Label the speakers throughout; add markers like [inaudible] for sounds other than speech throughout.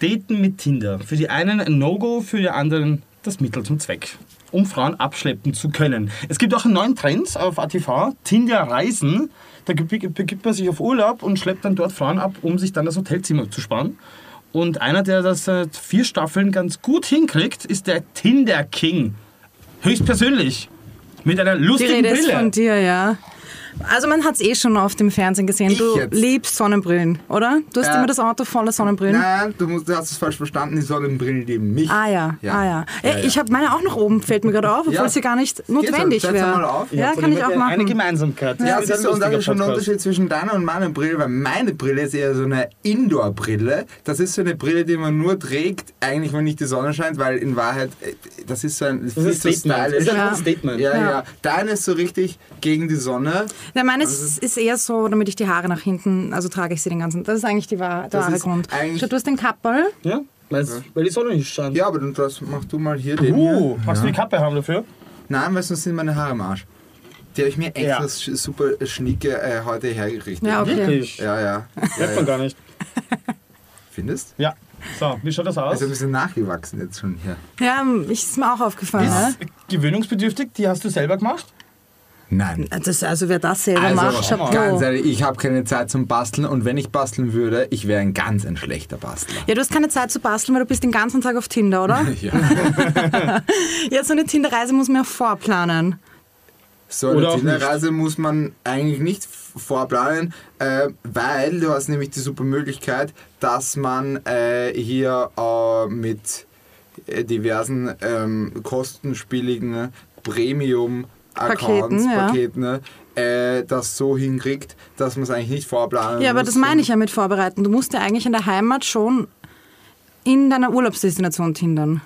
Speaker 1: Daten mit Tinder. Für die einen ein No-Go, für die anderen das Mittel zum Zweck. Um Frauen abschleppen zu können. Es gibt auch einen neuen Trend auf ATV, Tinder Reisen. Da begibt begibt man sich auf Urlaub und schleppt dann dort Frauen ab, um sich dann das Hotelzimmer zu sparen. Und einer, der das seit vier Staffeln ganz gut hinkriegt, ist der Tinder King. Höchstpersönlich. Mit einer
Speaker 2: Die
Speaker 1: lustigen
Speaker 2: Rede ist
Speaker 1: Brille.
Speaker 2: von dir, ja. Also man hat es eh schon auf dem Fernsehen gesehen.
Speaker 3: Ich
Speaker 2: Du
Speaker 3: jetzt?
Speaker 2: liebst Sonnenbrillen, oder? Du hast
Speaker 3: Ja.
Speaker 2: immer das Auto voller Sonnenbrillen.
Speaker 3: Nein, du, musst, du hast es falsch verstanden. Die Sonnenbrillen geben mich.
Speaker 2: Ah ja,
Speaker 3: Ja.
Speaker 2: ah ja. Ey,
Speaker 3: Ja, ja.
Speaker 2: Ich habe meine auch noch oben, fällt mir gerade auf, obwohl
Speaker 3: Ja.
Speaker 2: sie gar nicht
Speaker 3: schon,
Speaker 2: notwendig
Speaker 3: setz
Speaker 2: wäre.
Speaker 3: mal auf.
Speaker 2: Ja,
Speaker 1: Von
Speaker 2: kann
Speaker 1: dem
Speaker 2: ich
Speaker 1: hat
Speaker 2: auch
Speaker 1: er Eine
Speaker 2: machen.
Speaker 1: Gemeinsamkeit.
Speaker 3: Ja,
Speaker 1: Das ist
Speaker 3: siehst du,
Speaker 1: ein
Speaker 3: und das
Speaker 1: lustiger
Speaker 3: ist schon ein
Speaker 1: Podcast.
Speaker 3: Unterschied zwischen deiner und meiner Brille, weil meine Brille ist eher so eine Indoor-Brille. Das ist so eine Brille, die man nur trägt, eigentlich, wenn nicht die Sonne scheint, weil in Wahrheit, äh, das ist so ein,
Speaker 1: Das ist
Speaker 3: viel
Speaker 1: ein
Speaker 3: zu
Speaker 1: Statement. Das
Speaker 3: stylisch.
Speaker 1: ist
Speaker 2: Ja.
Speaker 1: ein Statement.
Speaker 3: Ja,
Speaker 2: Ja.
Speaker 3: ja. Deine ist so richtig gegen die Sonne.
Speaker 2: Ja, meine
Speaker 3: Also
Speaker 2: ist, ist eher so, damit ich die Haare nach hinten, also trage ich sie den ganzen. Das ist eigentlich die wahre, der
Speaker 3: Das
Speaker 2: wahre
Speaker 3: ist
Speaker 2: Grund.
Speaker 3: eigentlich-
Speaker 2: Schau, du hast den Kappel.
Speaker 1: Ja, weil's- weil die Sonne nicht stand.
Speaker 3: Ja, aber dann das, mach du mal hier den.
Speaker 1: Uh,
Speaker 3: hier.
Speaker 1: magst du die Kappe haben dafür?
Speaker 3: Nein, weil sonst sind meine Haare im Arsch. Die habe ich mir extra
Speaker 1: Ja.
Speaker 3: sch- super schnieke äh, heute hergerichtet.
Speaker 2: Ja, okay.
Speaker 1: Wirklich?
Speaker 3: ja.
Speaker 2: [laughs]
Speaker 3: ja. ja,
Speaker 1: Merkt man
Speaker 3: ja.
Speaker 1: gar nicht.
Speaker 3: Findest?
Speaker 1: Ja. So, wie schaut das aus?
Speaker 3: Also ein bisschen nachgewachsen jetzt schon hier.
Speaker 2: Ja, ich, ist mir auch aufgefallen.
Speaker 1: Das
Speaker 2: Ne?
Speaker 1: ist gewöhnungsbedürftig, die hast du selber gemacht.
Speaker 3: Nein.
Speaker 2: Das, also wer das selber macht,
Speaker 3: Also, ganz
Speaker 2: Chapeau.
Speaker 3: ehrlich, ich habe keine Zeit zum Basteln und wenn ich basteln würde, ich wäre ein ganz ein schlechter Bastler. [laughs]
Speaker 2: Ja, du hast keine Zeit zu basteln, weil du bist den ganzen Tag auf Tinder, oder?
Speaker 3: Ja.
Speaker 2: ja, so eine Tinder-Reise muss man ja vorplanen.
Speaker 3: So
Speaker 1: Oder auch
Speaker 3: eine Dinnerreise muss man eigentlich nicht f- vorplanen, äh, weil du hast nämlich die super Möglichkeit, dass man äh, hier äh, mit äh, diversen ähm, kostenspieligen Premium-Accounts,
Speaker 2: Paketen, ja.
Speaker 3: Paketen, äh, das so hinkriegt, dass man es eigentlich nicht vorplanen
Speaker 2: Ja, aber
Speaker 3: muss.
Speaker 2: das meine ich ja mit vorbereiten. Du musst ja eigentlich in der Heimat schon in deiner Urlaubsdestination tindern.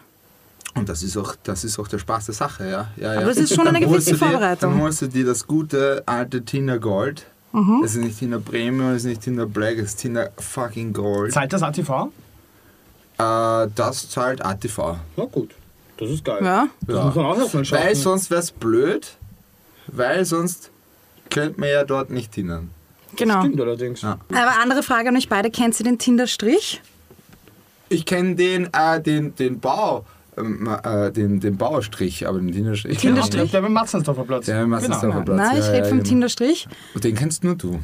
Speaker 3: Und das ist auch, das ist auch der Spaß der Sache, ja. ja, ja.
Speaker 2: Aber das ist schon
Speaker 3: Dann
Speaker 2: eine
Speaker 3: holst
Speaker 2: gewisse
Speaker 3: du dir-
Speaker 2: Vorbereitung.
Speaker 3: Dann holst du dir das gute alte Tinder Gold.
Speaker 2: Mhm.
Speaker 3: Das ist nicht Tinder Premium, das ist nicht Tinder Black, das ist Tinder fucking Gold.
Speaker 1: Zahlt das ATV?
Speaker 3: Äh, das zahlt ATV.
Speaker 1: Na gut, das ist geil.
Speaker 2: Ja?
Speaker 1: Das
Speaker 3: Ja.
Speaker 1: muss man auch erstmal
Speaker 3: Weil
Speaker 1: schaffen.
Speaker 3: sonst wäre es blöd, weil sonst könnte man ja dort nicht hindern.
Speaker 2: Genau.
Speaker 1: Stimmt allerdings.
Speaker 3: Ja.
Speaker 2: Aber andere Frage an euch beide. Kennt ihr den Tinder-Strich?
Speaker 3: Ich kenne den, äh, den, den Bau, ähm, äh, den, den Baustrich, aber den Tinderstrich.
Speaker 1: Genau,
Speaker 2: Tinderstrich?
Speaker 1: Der beim Matzensdorfer Platz.
Speaker 3: Der macht genau.
Speaker 1: Genau.
Speaker 3: auf dem Platz.
Speaker 2: Nein, ich
Speaker 3: ja,
Speaker 2: rede
Speaker 3: ja,
Speaker 2: vom
Speaker 3: genau.
Speaker 2: Tinder-Strich. [laughs]
Speaker 3: Und Den kennst nur du.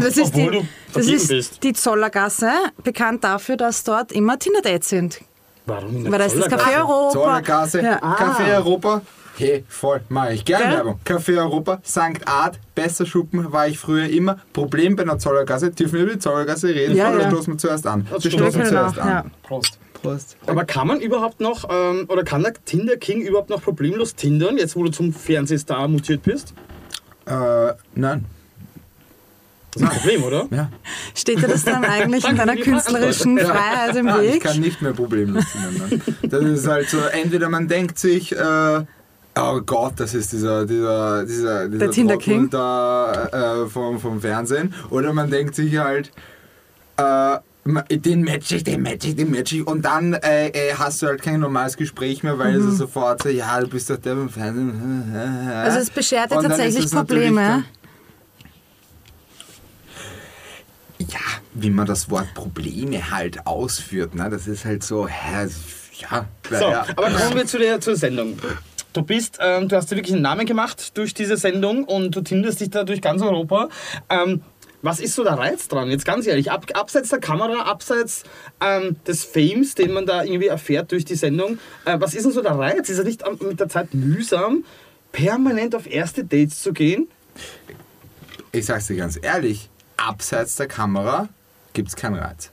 Speaker 2: Das ist,
Speaker 1: Obwohl
Speaker 2: die,
Speaker 1: du
Speaker 2: das
Speaker 1: vergeben
Speaker 2: ist
Speaker 1: bist.
Speaker 2: die Zollergasse, bekannt dafür, dass dort immer Tinder-Dates sind.
Speaker 1: Warum in der
Speaker 2: Weil da ist das Café
Speaker 1: Zollergasse?
Speaker 2: Europa.
Speaker 3: Zornergasse,
Speaker 2: Ja. Ah.
Speaker 3: Café Europa. Hey, voll, mache ich gerne
Speaker 2: Gell?
Speaker 3: Werbung. Café Europa, St. Art, besser Schuppen war ich früher immer. Problem bei einer Zollergasse, dürfen wir über die Zollergasse reden
Speaker 2: Ja,
Speaker 3: oder
Speaker 2: ja.
Speaker 3: stoßen wir zuerst an? Wir
Speaker 1: stimmt.
Speaker 3: stoßen
Speaker 1: Ja,
Speaker 3: zuerst an.
Speaker 2: Ja.
Speaker 1: Prost.
Speaker 3: Prost.
Speaker 1: Aber kann man überhaupt noch, ähm, oder kann der Tinder King überhaupt noch problemlos tindern, jetzt wo du zum Fernsehstar mutiert bist?
Speaker 3: Äh, nein.
Speaker 1: Das ist ein Problem, oder?
Speaker 3: Ja.
Speaker 2: Steht dir das dann
Speaker 3: [laughs]
Speaker 2: eigentlich in deiner
Speaker 1: Danke für die
Speaker 2: künstlerischen Freiheit im
Speaker 3: Nein, Ah, ich
Speaker 2: Weg?
Speaker 3: kann nicht mehr problemlos zueinander. Das ist halt so, entweder man denkt sich, äh, oh Gott, das ist dieser, dieser, dieser, dieser
Speaker 2: Tinder
Speaker 3: Trottel
Speaker 2: King.
Speaker 3: da äh, vom, vom Fernsehen. Oder man denkt sich halt, äh, ma- den match ich, den match ich, den match ich. Und dann äh, äh, hast du halt kein normales Gespräch mehr,
Speaker 2: Mhm.
Speaker 3: weil es ist sofort so, ja, du bist doch der vom Fernsehen.
Speaker 2: Also es beschert dir
Speaker 3: Und dann ist
Speaker 2: tatsächlich
Speaker 3: es natürlich dann-
Speaker 2: Probleme.
Speaker 3: ja, wie man das Wort Probleme halt ausführt, ne? das ist halt so, hä, ja.
Speaker 1: So,
Speaker 3: ja.
Speaker 1: aber kommen wir zu der, zur Sendung. Du bist, ähm, du hast dir wirklich einen Namen gemacht durch diese Sendung und du tinderst dich da durch ganz Europa. Ähm, was ist so der Reiz dran? Jetzt ganz ehrlich, ab, abseits der Kamera, abseits ähm, des Fames, den man da irgendwie erfährt durch die Sendung, äh, was ist denn so der Reiz? Ist er nicht am, mit der Zeit mühsam, permanent auf erste Dates zu gehen?
Speaker 3: Ich sag's dir ganz ehrlich, abseits der Kamera gibt's keinen Reiz.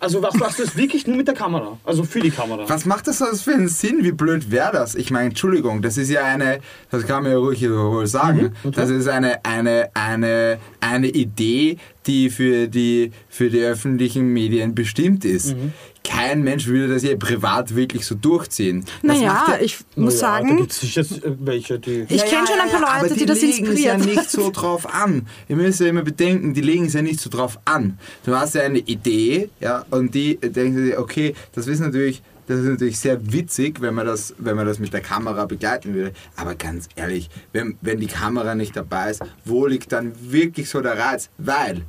Speaker 1: Also was machst du das wirklich nur mit der Kamera? Also für die Kamera.
Speaker 3: Was macht das alles für einen Sinn? Wie blöd wäre das? Ich meine, Entschuldigung, das ist ja eine, das kann man ja ruhig wohl
Speaker 1: Mhm,
Speaker 3: sagen, das ist eine, eine, eine, eine Idee, die für die, für die öffentlichen Medien bestimmt ist.
Speaker 1: Mhm.
Speaker 3: Kein Mensch würde das ja privat wirklich so durchziehen. Das
Speaker 2: Naja,
Speaker 3: macht ja-
Speaker 2: ich muss
Speaker 1: Naja, Oh Da
Speaker 2: sagen,
Speaker 1: gibt es sicher äh, welche, die...
Speaker 2: Ich kenne schon ein paar Leute,
Speaker 3: aber
Speaker 2: die das
Speaker 3: legen
Speaker 2: inspiriert
Speaker 3: Es ja
Speaker 2: [laughs]
Speaker 3: nicht so drauf an. Ihr müsst ja immer bedenken, die legen es ja nicht so drauf an. Du hast ja eine Idee, ja, und die denken sich, okay, das ist natürlich, das ist natürlich sehr witzig, wenn man das, wenn man das mit der Kamera begleiten würde. Aber ganz ehrlich, wenn, wenn die Kamera nicht dabei ist, wo liegt dann wirklich so der Reiz? Weil,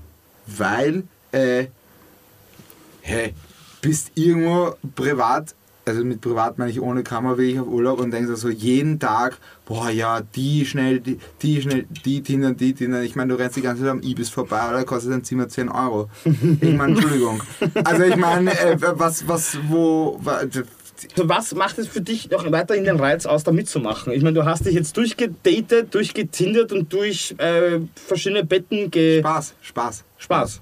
Speaker 3: weil, äh, hey, bist irgendwo privat, also mit privat meine ich ohne Kamera, will ich auf Urlaub und denkst dir so jeden Tag, boah ja, die schnell, die, die schnell, die Tinder, die Tinder. Ich meine, du rennst die ganze Zeit am Ibis vorbei oder kostet ein Zimmer 10 Euro. Ich meine, Entschuldigung. Also ich meine, äh, was, was, wo, wa-
Speaker 1: Was macht es für dich noch weiterhin den Reiz aus, da mitzumachen? Ich meine, du hast dich jetzt durchgedatet, durchgetindert und durch äh, verschiedene Betten ge...
Speaker 3: Spaß, Spaß.
Speaker 1: Spaß.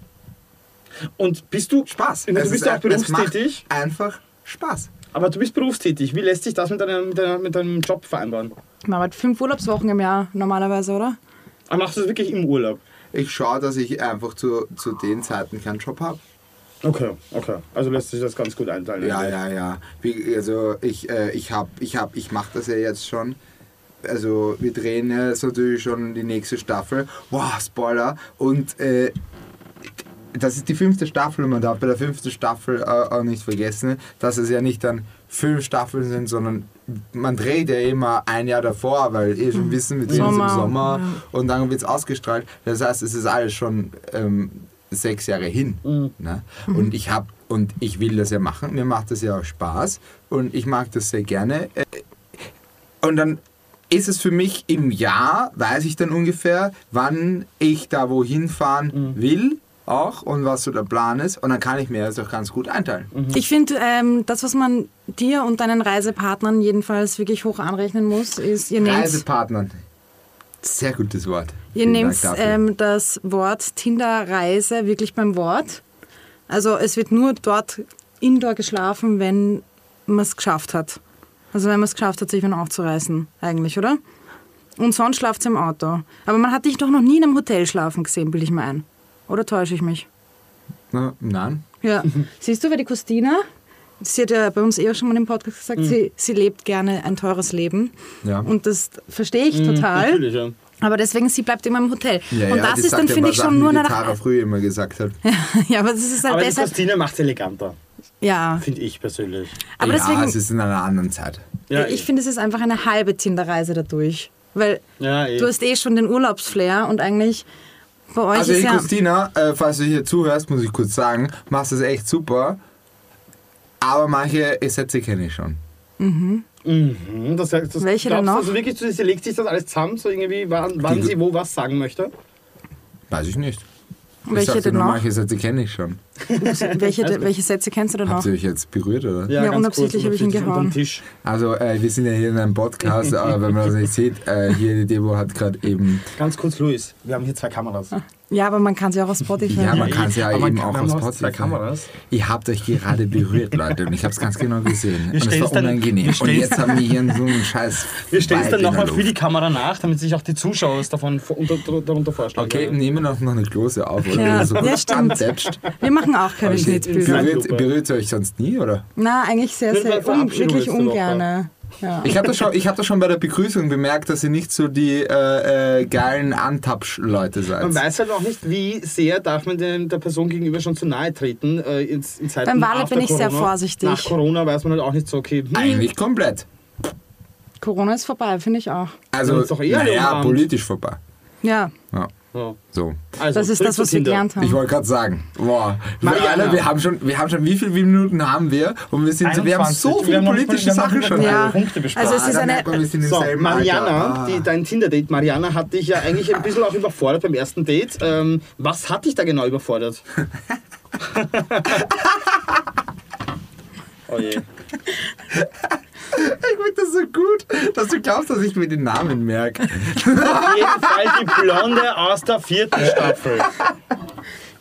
Speaker 1: Und bist du...
Speaker 3: Spaß.
Speaker 1: Ich meine,
Speaker 3: Es
Speaker 1: du bist
Speaker 3: ist
Speaker 1: ja auch
Speaker 3: ein- es macht
Speaker 1: berufstätig,
Speaker 3: Einfach Spaß.
Speaker 1: aber du bist berufstätig. Wie lässt sich das mit deinem, mit deinem, mit deinem Job vereinbaren?
Speaker 2: Man hat fünf Urlaubswochen im Jahr normalerweise, oder?
Speaker 1: Aber machst du es wirklich im Urlaub?
Speaker 3: Ich schaue, dass ich einfach zu, zu den Zeiten keinen Job habe.
Speaker 1: Okay, okay. Also lässt sich das ganz gut einteilen.
Speaker 3: Ja, ja, ja. Wie, also ich, äh, ich hab, ich hab, ich mache das ja jetzt schon. Also wir drehen ja jetzt natürlich schon die nächste Staffel. Wow, Spoiler. Und äh, das ist die fünfte Staffel und man darf bei der fünften Staffel äh, auch nicht vergessen, dass es ja nicht dann fünf Staffeln sind, sondern man dreht ja immer ein Jahr davor, weil eh schon wissen, wir drehen es im
Speaker 2: Mhm. Sommer,
Speaker 3: Sommer
Speaker 2: ja.
Speaker 3: und dann wird es ausgestrahlt. Das heißt, es ist alles schon ähm, sechs Jahre hin.
Speaker 2: Mhm.
Speaker 3: Ne? Und ich habe und ich will das ja machen. Mir macht das ja auch Spaß und ich mag das sehr gerne. Äh, Und dann ist es für mich im Jahr, weiß ich dann ungefähr, wann ich da wohin fahren will auch und was so der Plan ist. Und dann kann ich mir das auch ganz gut einteilen.
Speaker 2: Ich finde, ähm, das, was man dir und deinen Reisepartnern jedenfalls wirklich hoch anrechnen muss, ist, ihr nehmt,
Speaker 3: Reisepartnern. Sehr gutes Wort.
Speaker 2: ihr
Speaker 3: Vielen Dank
Speaker 2: nehmt
Speaker 3: dafür.
Speaker 2: ähm, das Wort Tinder-Reise wirklich beim Wort. Also es wird nur dort indoor geschlafen, wenn man es geschafft hat. Also wenn man es geschafft hat, sich von aufzureißen, eigentlich, oder? Und sonst schlaft sie im Auto. Aber man hat dich doch noch nie in einem Hotel schlafen gesehen, bilde ich mir ein. Oder täusche ich mich?
Speaker 3: Na, Nein. [laughs]
Speaker 2: Ja. Siehst du, weil die Christina, sie hat ja bei uns eh auch schon mal im Podcast gesagt, sie, sie lebt gerne ein teures Leben.
Speaker 3: Mhm. Ja. Mhm,
Speaker 2: Und das verstehe ich total.
Speaker 1: Natürlich, ja.
Speaker 2: Aber deswegen, sie bleibt immer im Hotel.
Speaker 3: Ja,
Speaker 2: und
Speaker 3: ja,
Speaker 2: das
Speaker 3: die
Speaker 2: ist
Speaker 3: sagt
Speaker 2: dann,
Speaker 3: ja
Speaker 2: finde
Speaker 3: immer
Speaker 2: ich,
Speaker 3: Sachen,
Speaker 2: schon nur
Speaker 3: die
Speaker 2: nach.
Speaker 3: Tara früher immer gesagt hat.
Speaker 2: [laughs] Ja, aber das ist halt
Speaker 1: Aber die
Speaker 2: deshalb.
Speaker 1: Christine macht es eleganter,
Speaker 2: Ja.
Speaker 1: finde ich persönlich.
Speaker 2: Aber
Speaker 3: ja,
Speaker 2: deswegen,
Speaker 3: es ist in einer anderen Zeit.
Speaker 1: Ja,
Speaker 2: ich finde, es ist einfach eine halbe Tinder-Reise dadurch. Weil
Speaker 1: Ja, eh.
Speaker 2: du hast eh schon den Urlaubsflair und eigentlich bei euch
Speaker 3: Also,
Speaker 2: ist
Speaker 3: hey,
Speaker 2: ja.
Speaker 3: Christina, äh, falls du hier zuhörst, muss ich kurz sagen, machst das echt super. Aber manche Sätze kenne ich schon.
Speaker 1: Mhm, das, das,
Speaker 2: Welche denn
Speaker 1: glaubst du
Speaker 2: noch?
Speaker 1: Also wirklich, du- sie legt sich das alles zusammen, so irgendwie, wann, wann
Speaker 3: Die-
Speaker 1: sie wo was sagen möchte.
Speaker 3: Weiß ich nicht. ich
Speaker 2: Welche
Speaker 3: sag dir
Speaker 2: denn
Speaker 3: nur,
Speaker 2: noch?
Speaker 3: Manche Sätze kenne ich schon.
Speaker 2: Welche,
Speaker 3: Also-
Speaker 2: welche Sätze kennst du denn noch?
Speaker 3: Habt ihr euch jetzt berührt, oder?
Speaker 2: Ja, unabsichtlich hab ich ihn
Speaker 1: unabsichtlich
Speaker 2: gehauen.
Speaker 1: unterm Tisch.
Speaker 3: Also, äh, wir sind ja hier in einem
Speaker 2: [laughs]
Speaker 3: Podcast, aber wenn man das nicht sieht, äh, hier die Debo hat gerade eben.
Speaker 1: Ganz kurz, Luis, wir haben hier zwei Kameras.
Speaker 2: Ah. Ja, aber man kann sie auch auf Spotify.
Speaker 3: Ja, man
Speaker 1: eh.
Speaker 3: kann es ja
Speaker 1: Aber man
Speaker 3: eben
Speaker 1: kann-
Speaker 3: auch
Speaker 1: wir
Speaker 3: auf
Speaker 1: haben auch
Speaker 3: Spotify.
Speaker 1: zwei Kameras.
Speaker 3: Ihr habt euch gerade berührt, Leute, und ich habe es ganz genau gesehen. und es
Speaker 1: stellen's
Speaker 3: war
Speaker 1: dann-
Speaker 3: unangenehm.
Speaker 1: wir
Speaker 3: und
Speaker 1: stellen's-
Speaker 3: jetzt haben wir hier so einen scheiß.
Speaker 1: Wir stellen es
Speaker 3: Wald
Speaker 1: dann
Speaker 3: in der
Speaker 1: nochmal für
Speaker 3: Luft.
Speaker 1: die Kamera nach, damit sich auch die Zuschauer es davon vor- unter, dr- darunter vorstellen.
Speaker 3: Okay,
Speaker 1: können.
Speaker 3: nehmen wir noch noch eine Klose auf, oder?
Speaker 2: Ja,
Speaker 3: Wenn ihr so [laughs]
Speaker 2: ja,
Speaker 3: gut
Speaker 2: stimmt.
Speaker 3: antätscht.
Speaker 2: Wir machen auch keine Schnittbilder.
Speaker 3: Berührt, berührt ihr euch sonst nie, oder?
Speaker 2: Na, eigentlich sehr,
Speaker 1: Wir
Speaker 2: sehr, un
Speaker 1: verabschieden
Speaker 2: wirklich
Speaker 1: uns jetzt
Speaker 2: ungerne. ne? Ja.
Speaker 3: Ich habe das, schon- ich hab das schon bei der Begrüßung bemerkt, dass ihr nicht so die äh, äh, geilen Antapsch-Leute
Speaker 1: Man
Speaker 3: seid.
Speaker 1: weiß halt auch nicht, wie sehr darf man dem, der Person gegenüber schon zu nahe treten. Äh, in, in Zeiten
Speaker 2: Beim Wahlab
Speaker 1: after
Speaker 2: bin ich sehr
Speaker 1: Corona.
Speaker 2: vorsichtig.
Speaker 1: Nach Corona weiß man halt auch nicht so, okay, hm,
Speaker 3: Eigentlich komplett.
Speaker 2: Corona ist vorbei, finde ich auch.
Speaker 3: Also,
Speaker 1: Das ist doch eher
Speaker 3: naja,
Speaker 1: umarmt.
Speaker 3: politisch vorbei.
Speaker 2: Ja,
Speaker 3: Ja,
Speaker 1: so.
Speaker 3: so.
Speaker 1: also,
Speaker 2: das ist
Speaker 1: zurück
Speaker 2: das,
Speaker 1: zu
Speaker 2: was wir
Speaker 1: Tinder.
Speaker 2: gelernt
Speaker 3: Ich
Speaker 2: haben.
Speaker 3: wollte gerade sagen, boah, wir,
Speaker 1: Mariana.
Speaker 3: alle, wir, haben schon, wir haben schon, wie viele Minuten haben wir? Und wir, sind, Also, wir haben
Speaker 1: 21.
Speaker 3: so
Speaker 1: Wir
Speaker 3: viele
Speaker 1: haben noch nicht
Speaker 3: politische
Speaker 1: mal- wir haben
Speaker 3: Sachen
Speaker 1: noch
Speaker 3: schon. Ah,
Speaker 1: nicht mal
Speaker 2: Ja.
Speaker 1: Punkte besprochen.
Speaker 2: Also es ist
Speaker 3: da
Speaker 2: eine-
Speaker 3: merkt man, wir sind im
Speaker 1: So,
Speaker 3: selben Alter.
Speaker 1: Mariana,
Speaker 3: Ah.
Speaker 1: die, dein Tinder-Date, Mariana hat dich ja eigentlich ein bisschen auch überfordert beim ersten Date. Ähm, was hat dich da genau
Speaker 3: [laughs]
Speaker 1: überfordert? oh je.
Speaker 3: Ich finde das so gut, dass du glaubst, dass ich mir den Namen merke.
Speaker 1: Auf jeden Fall die Blonde aus der vierten Staffel.
Speaker 3: Ah,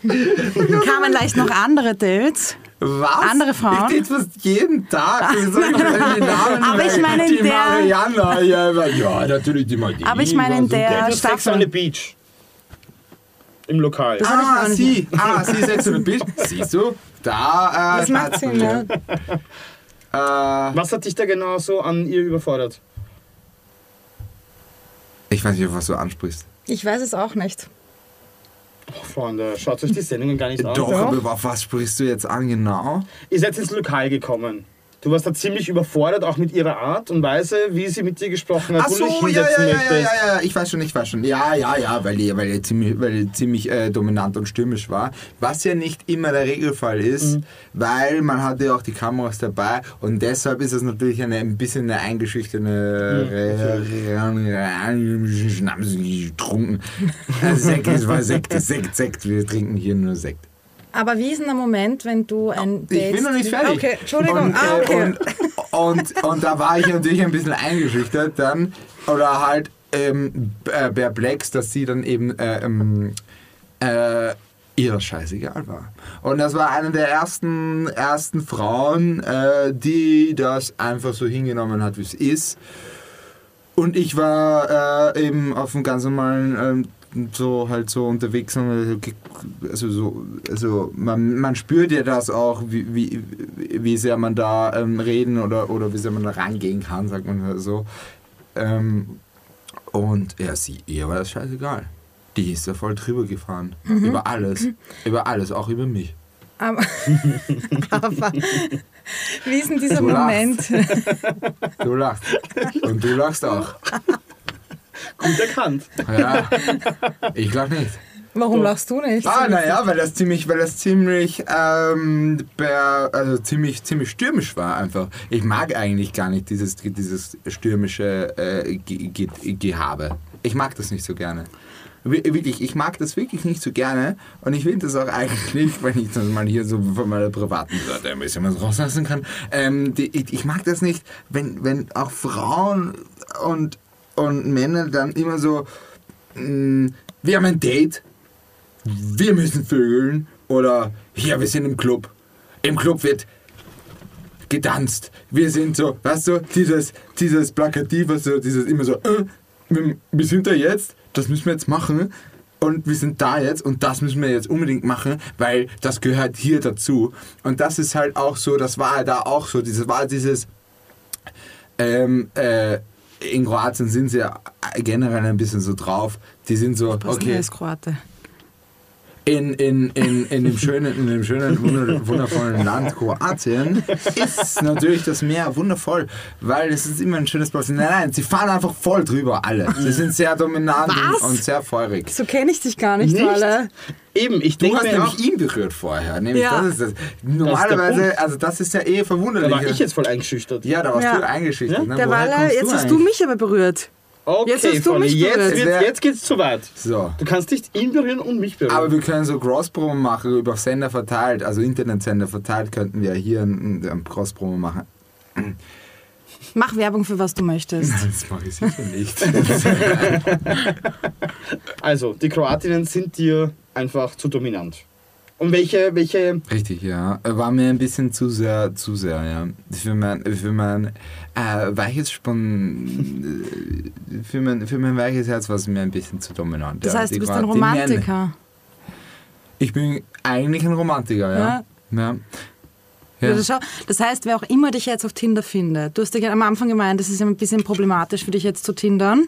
Speaker 2: Kamen leicht noch andere Dates.
Speaker 3: Was?
Speaker 2: Andere Frauen? Ah.
Speaker 3: Ich date fast jeden Tag. Wie soll
Speaker 2: [laughs]
Speaker 3: ich denn den Namen
Speaker 2: Aber ich
Speaker 3: merken?
Speaker 2: meine in
Speaker 3: Die
Speaker 2: der-
Speaker 3: Mariana. Ja, ja, natürlich die also, Mariana.
Speaker 2: Aber ich meine in
Speaker 1: Die
Speaker 2: der
Speaker 1: hat Sex on the
Speaker 2: Staffel.
Speaker 1: Beach. Im Lokal.
Speaker 2: hab ich
Speaker 3: Ah,
Speaker 2: gar nicht
Speaker 3: sie. Ah, sie ist jetzt in Bild. Siehst du? Da. Äh,
Speaker 2: Das macht Sinn, ne? ja.
Speaker 3: ja. Äh,
Speaker 1: Was hat dich da genau so an ihr überfordert?
Speaker 3: ich weiß nicht, auf was du ansprichst.
Speaker 2: Ich weiß es auch nicht.
Speaker 1: Oh, Freunde, schaut euch die Sendungen gar nicht an.
Speaker 3: Doch, aber auf was sprichst du jetzt an genau?
Speaker 1: Ihr seid ins Lokal gekommen. Du warst da ziemlich überfordert, auch mit ihrer Art und Weise, wie sie mit dir gesprochen hat,
Speaker 3: Ach
Speaker 1: wo du dich
Speaker 3: so, ja, ja,
Speaker 1: hinsetzen
Speaker 3: ja, ja,
Speaker 1: möchtest.
Speaker 3: ja, ja, ich weiß schon, ich weiß schon. Ja, ja, ja, weil die, weil die ziemlich, weil die ziemlich äh, dominant und stürmisch war. Was ja nicht immer der Regelfall ist, weil man hatte ja auch die Kameras dabei und deshalb ist es natürlich eine, ein bisschen eine eingeschüchternde Haben sie getrunken. Sekt, es war Sekt, Sekt, Sekt. Wir trinken hier nur Sekt.
Speaker 2: Aber wie ist denn der Moment, wenn du ein Date...
Speaker 3: Ich bin noch nicht fertig.
Speaker 2: Okay, Entschuldigung.
Speaker 3: Und, äh,
Speaker 2: ah, okay.
Speaker 3: Und, und, und da war ich natürlich ein bisschen eingeschüchtert dann oder halt ähm, äh, perplex, dass sie dann eben äh, ähm, äh, ihr scheißegal war. Und das war eine der ersten, ersten Frauen, äh, die das einfach so hingenommen hat, wie es ist. Und ich war äh, eben auf einem ganz normalen, ähm, so halt so unterwegs. und, äh, Also, so, also man, man spürt ja das auch, wie, wie, wie sehr man da ähm, reden oder, oder wie sehr man da rangehen kann, sagt man halt so. Ähm, und ja, sie, ihr war das scheißegal. Die ist da voll drüber gefahren. Über alles. Über alles, auch über mich.
Speaker 2: Aber, [laughs] aber wie ist denn dieser
Speaker 3: Du
Speaker 2: Moment?
Speaker 3: lachst. Du lachst. Und du lachst auch.
Speaker 1: Gut erkannt.
Speaker 3: Ja. Ich lach nicht.
Speaker 2: Warum lachst du nicht?
Speaker 3: Ah, naja, weil das ziemlich, weil das ziemlich, ähm, per, also ziemlich, ziemlich stürmisch war einfach. Ich mag eigentlich gar nicht dieses, dieses stürmische äh, Ge Ge Gehabe. Ich mag das nicht so gerne. Wir- Wirklich, ich mag das wirklich nicht so gerne und ich will das auch eigentlich nicht, wenn ich das mal hier so von meiner privaten Seite ein bisschen was rauslassen kann. Ähm, die, ich, ich mag das nicht, wenn, wenn auch Frauen und, und Männer dann immer so, mh, wir haben ein Date, wir müssen vögeln oder ja, wir sind im Club. Im Club wird getanzt. Wir sind so, weißt du, dieses, dieses Plakativ, was so, dieses immer so, äh, wir wir sind da jetzt, das müssen wir jetzt machen und wir sind da jetzt und das müssen wir jetzt unbedingt machen, weil das gehört hier dazu. Und das ist halt auch so, das war da auch so, dieses war dieses ähm, äh, in Kroatien sind sie ja generell ein bisschen so drauf. Die sind so,
Speaker 2: Okay.
Speaker 3: okay,
Speaker 2: Ist Kroate.
Speaker 3: in, in, in, in dem schönen, in dem schönen wunder- wundervollen Land Kroatien ist natürlich das Meer wundervoll, weil es ist immer ein schönes Platz. Nein, nein, sie fahren einfach voll drüber, alle. Sie sind sehr dominant und,
Speaker 2: Was?
Speaker 3: und sehr feurig.
Speaker 2: So kenne ich dich gar nicht,
Speaker 1: Nicht?
Speaker 2: Malle.
Speaker 1: Eben, ich
Speaker 3: Du
Speaker 1: denke
Speaker 3: hast
Speaker 1: mir auch,
Speaker 3: nämlich ihn berührt vorher. Nämlich
Speaker 2: Ja.
Speaker 3: das ist das. Normalerweise,
Speaker 1: Punkt.
Speaker 3: also das ist ja eh
Speaker 1: da
Speaker 3: verwunderlich.
Speaker 1: war ich jetzt voll eingeschüchtert.
Speaker 3: ja, da warst
Speaker 2: Ja.
Speaker 3: du eingeschüchtert.
Speaker 1: Ja?
Speaker 3: Ne?
Speaker 2: Der
Speaker 3: Woher
Speaker 2: Walle,
Speaker 3: kommst
Speaker 2: jetzt hast
Speaker 3: eigentlich?
Speaker 2: du mich aber berührt.
Speaker 1: Okay,
Speaker 2: Jetzt hast du
Speaker 1: Fanny,
Speaker 2: mich
Speaker 1: jetzt,
Speaker 2: berührt.
Speaker 1: wird, jetzt geht's zu weit.
Speaker 3: So.
Speaker 1: Du kannst nicht ihn berühren und mich berühren.
Speaker 3: Aber wir können so Cross-Promo machen, über Sender verteilt, also Internetsender verteilt, könnten wir hier ein, ein Cross-Promo machen.
Speaker 2: Mach Werbung für was du möchtest.
Speaker 3: Das mache ich sicher nicht. [laughs]
Speaker 1: also, die Kroatinnen sind dir einfach zu dominant. Und welche, welche
Speaker 3: Richtig, ja. War mir ein bisschen zu sehr, zu sehr, ja. Für mein, für mein äh, weiches Spon äh, für, mein, für mein weiches Herz war es mir ein bisschen zu dominant.
Speaker 2: Das
Speaker 3: ja.
Speaker 2: heißt,
Speaker 3: Die
Speaker 2: du bist ein
Speaker 3: Kroatien-
Speaker 2: Romantiker.
Speaker 3: Ich bin eigentlich ein Romantiker, ja. Ja. ja.
Speaker 2: Also schau, das heißt, wer auch immer dich jetzt auf Tinder findet, du hast ja am Anfang gemeint, das ist ja ein bisschen problematisch für dich jetzt zu Tindern,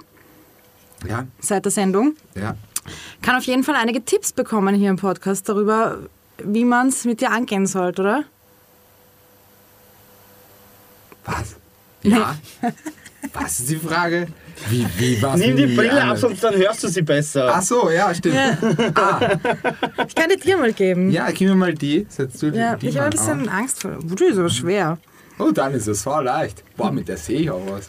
Speaker 3: ja.
Speaker 2: seit der Sendung.
Speaker 3: ja.
Speaker 2: Kann auf jeden Fall einige Tipps bekommen hier im Podcast darüber, wie man es mit dir angehen sollte, oder?
Speaker 3: Was? Ja.
Speaker 2: [laughs]
Speaker 3: Was ist die Frage? Wie, wie, was?
Speaker 1: Nimm die
Speaker 3: wie,
Speaker 1: Brille ab,
Speaker 3: alles?
Speaker 1: sonst dann hörst du sie besser.
Speaker 3: Ach so, ja, stimmt. Ja,
Speaker 2: Ich kann dir dir mal geben.
Speaker 3: gib mir mal die. Setz du die-
Speaker 2: Ja,
Speaker 3: die
Speaker 2: ich habe
Speaker 3: mal
Speaker 2: ein bisschen Angst vor. Wuh, das ist aber schwer.
Speaker 3: auf. Oh, dann ist es voll leicht. Boah, mit der sehe ich auch
Speaker 1: [laughs]
Speaker 3: was.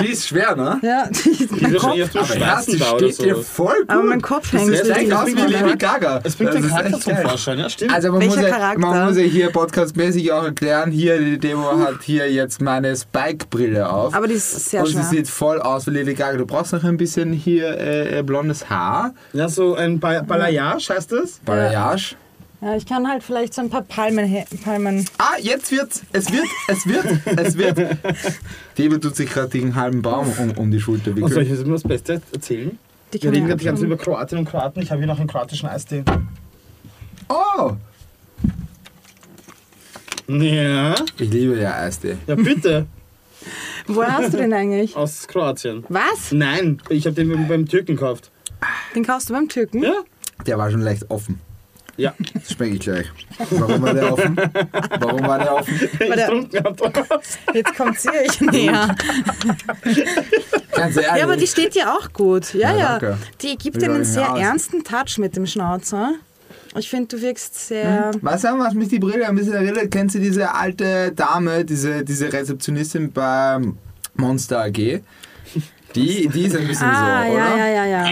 Speaker 3: Die ist schwer, ne?
Speaker 2: Ja, [laughs] mein
Speaker 1: Diese schon
Speaker 2: Kopf,
Speaker 1: eher zum
Speaker 3: Aber Herz,
Speaker 1: Schwarzen
Speaker 3: die
Speaker 1: da oder
Speaker 3: steht dir
Speaker 1: so.
Speaker 3: voll gut.
Speaker 2: aber mein Kopf hängt
Speaker 3: Das
Speaker 1: echt
Speaker 3: sieht
Speaker 2: richtig
Speaker 3: aus
Speaker 1: das
Speaker 3: wie
Speaker 1: bringt den
Speaker 3: Lady
Speaker 1: Charakter-
Speaker 3: Gaga.
Speaker 1: Es bringt
Speaker 3: Das
Speaker 1: den
Speaker 3: ist
Speaker 1: Charakter
Speaker 3: echt
Speaker 1: zum
Speaker 3: geil.
Speaker 1: Vorschein, ja, stimmt.
Speaker 3: Also man
Speaker 2: Welcher
Speaker 3: muss, ja,
Speaker 2: Charakter?
Speaker 3: man muss ja hier podcastmäßig auch erklären, hier die Demo hat hier jetzt meine Spike-Brille auf.
Speaker 2: Aber die ist sehr
Speaker 3: Und
Speaker 2: schwer.
Speaker 3: sie sieht voll aus wie Lady Gaga. Du brauchst noch ein bisschen hier äh, äh, blondes Haar.
Speaker 1: ja, so ein ba Balayage heißt das?
Speaker 3: Balayage.
Speaker 2: Ja, ich kann halt vielleicht so ein paar Palmen. Palmen.
Speaker 3: Ah, jetzt wird's. Es wird, es wird,
Speaker 2: [laughs]
Speaker 3: es wird. Debo tut sich gerade gegen einen halben Baum um, um die Schulter
Speaker 1: Und soll ich
Speaker 3: wickeln.
Speaker 1: jetzt immer das Beste erzählen? Wir
Speaker 2: Die kann
Speaker 1: reden
Speaker 2: man
Speaker 1: gerade die ganze Zeit über Kroatinnen und Kroaten. Ich habe hier noch einen kroatischen Eistee.
Speaker 3: Oh!
Speaker 1: Ja,
Speaker 3: Ich liebe ja Eistee.
Speaker 1: ja bitte,
Speaker 2: Woher hast du den eigentlich?
Speaker 1: aus Kroatien.
Speaker 2: Was?
Speaker 1: Nein, ich habe den beim, beim Türken gekauft.
Speaker 2: Den kaufst du beim Türken?
Speaker 1: Ja?
Speaker 3: Der war schon leicht offen.
Speaker 1: Ja.
Speaker 3: Das schmecke ich gleich. Warum war der offen? Warum war der offen?
Speaker 1: Wenn ich
Speaker 2: der-
Speaker 1: getrunken habe.
Speaker 2: Jetzt kommt sie [laughs] euch näher.
Speaker 3: Ganz ehrlich.
Speaker 2: Ja, aber die steht dir auch gut. Ja,
Speaker 3: Ja,
Speaker 2: ja.
Speaker 3: danke.
Speaker 2: Die gibt
Speaker 3: Wie
Speaker 2: dir
Speaker 3: war
Speaker 2: einen
Speaker 3: ich
Speaker 2: sehr
Speaker 3: aus?
Speaker 2: ernsten Touch mit dem Schnauzer. Ich finde, du wirkst sehr.
Speaker 3: Was haben wir, was mich die Brille ein bisschen erinnert? Kennst du diese alte Dame, diese, diese Rezeptionistin beim Monster AG? Die, die ist ein bisschen
Speaker 2: Ah,
Speaker 3: so,
Speaker 2: ja,
Speaker 3: oder?
Speaker 2: ja, ja, ja.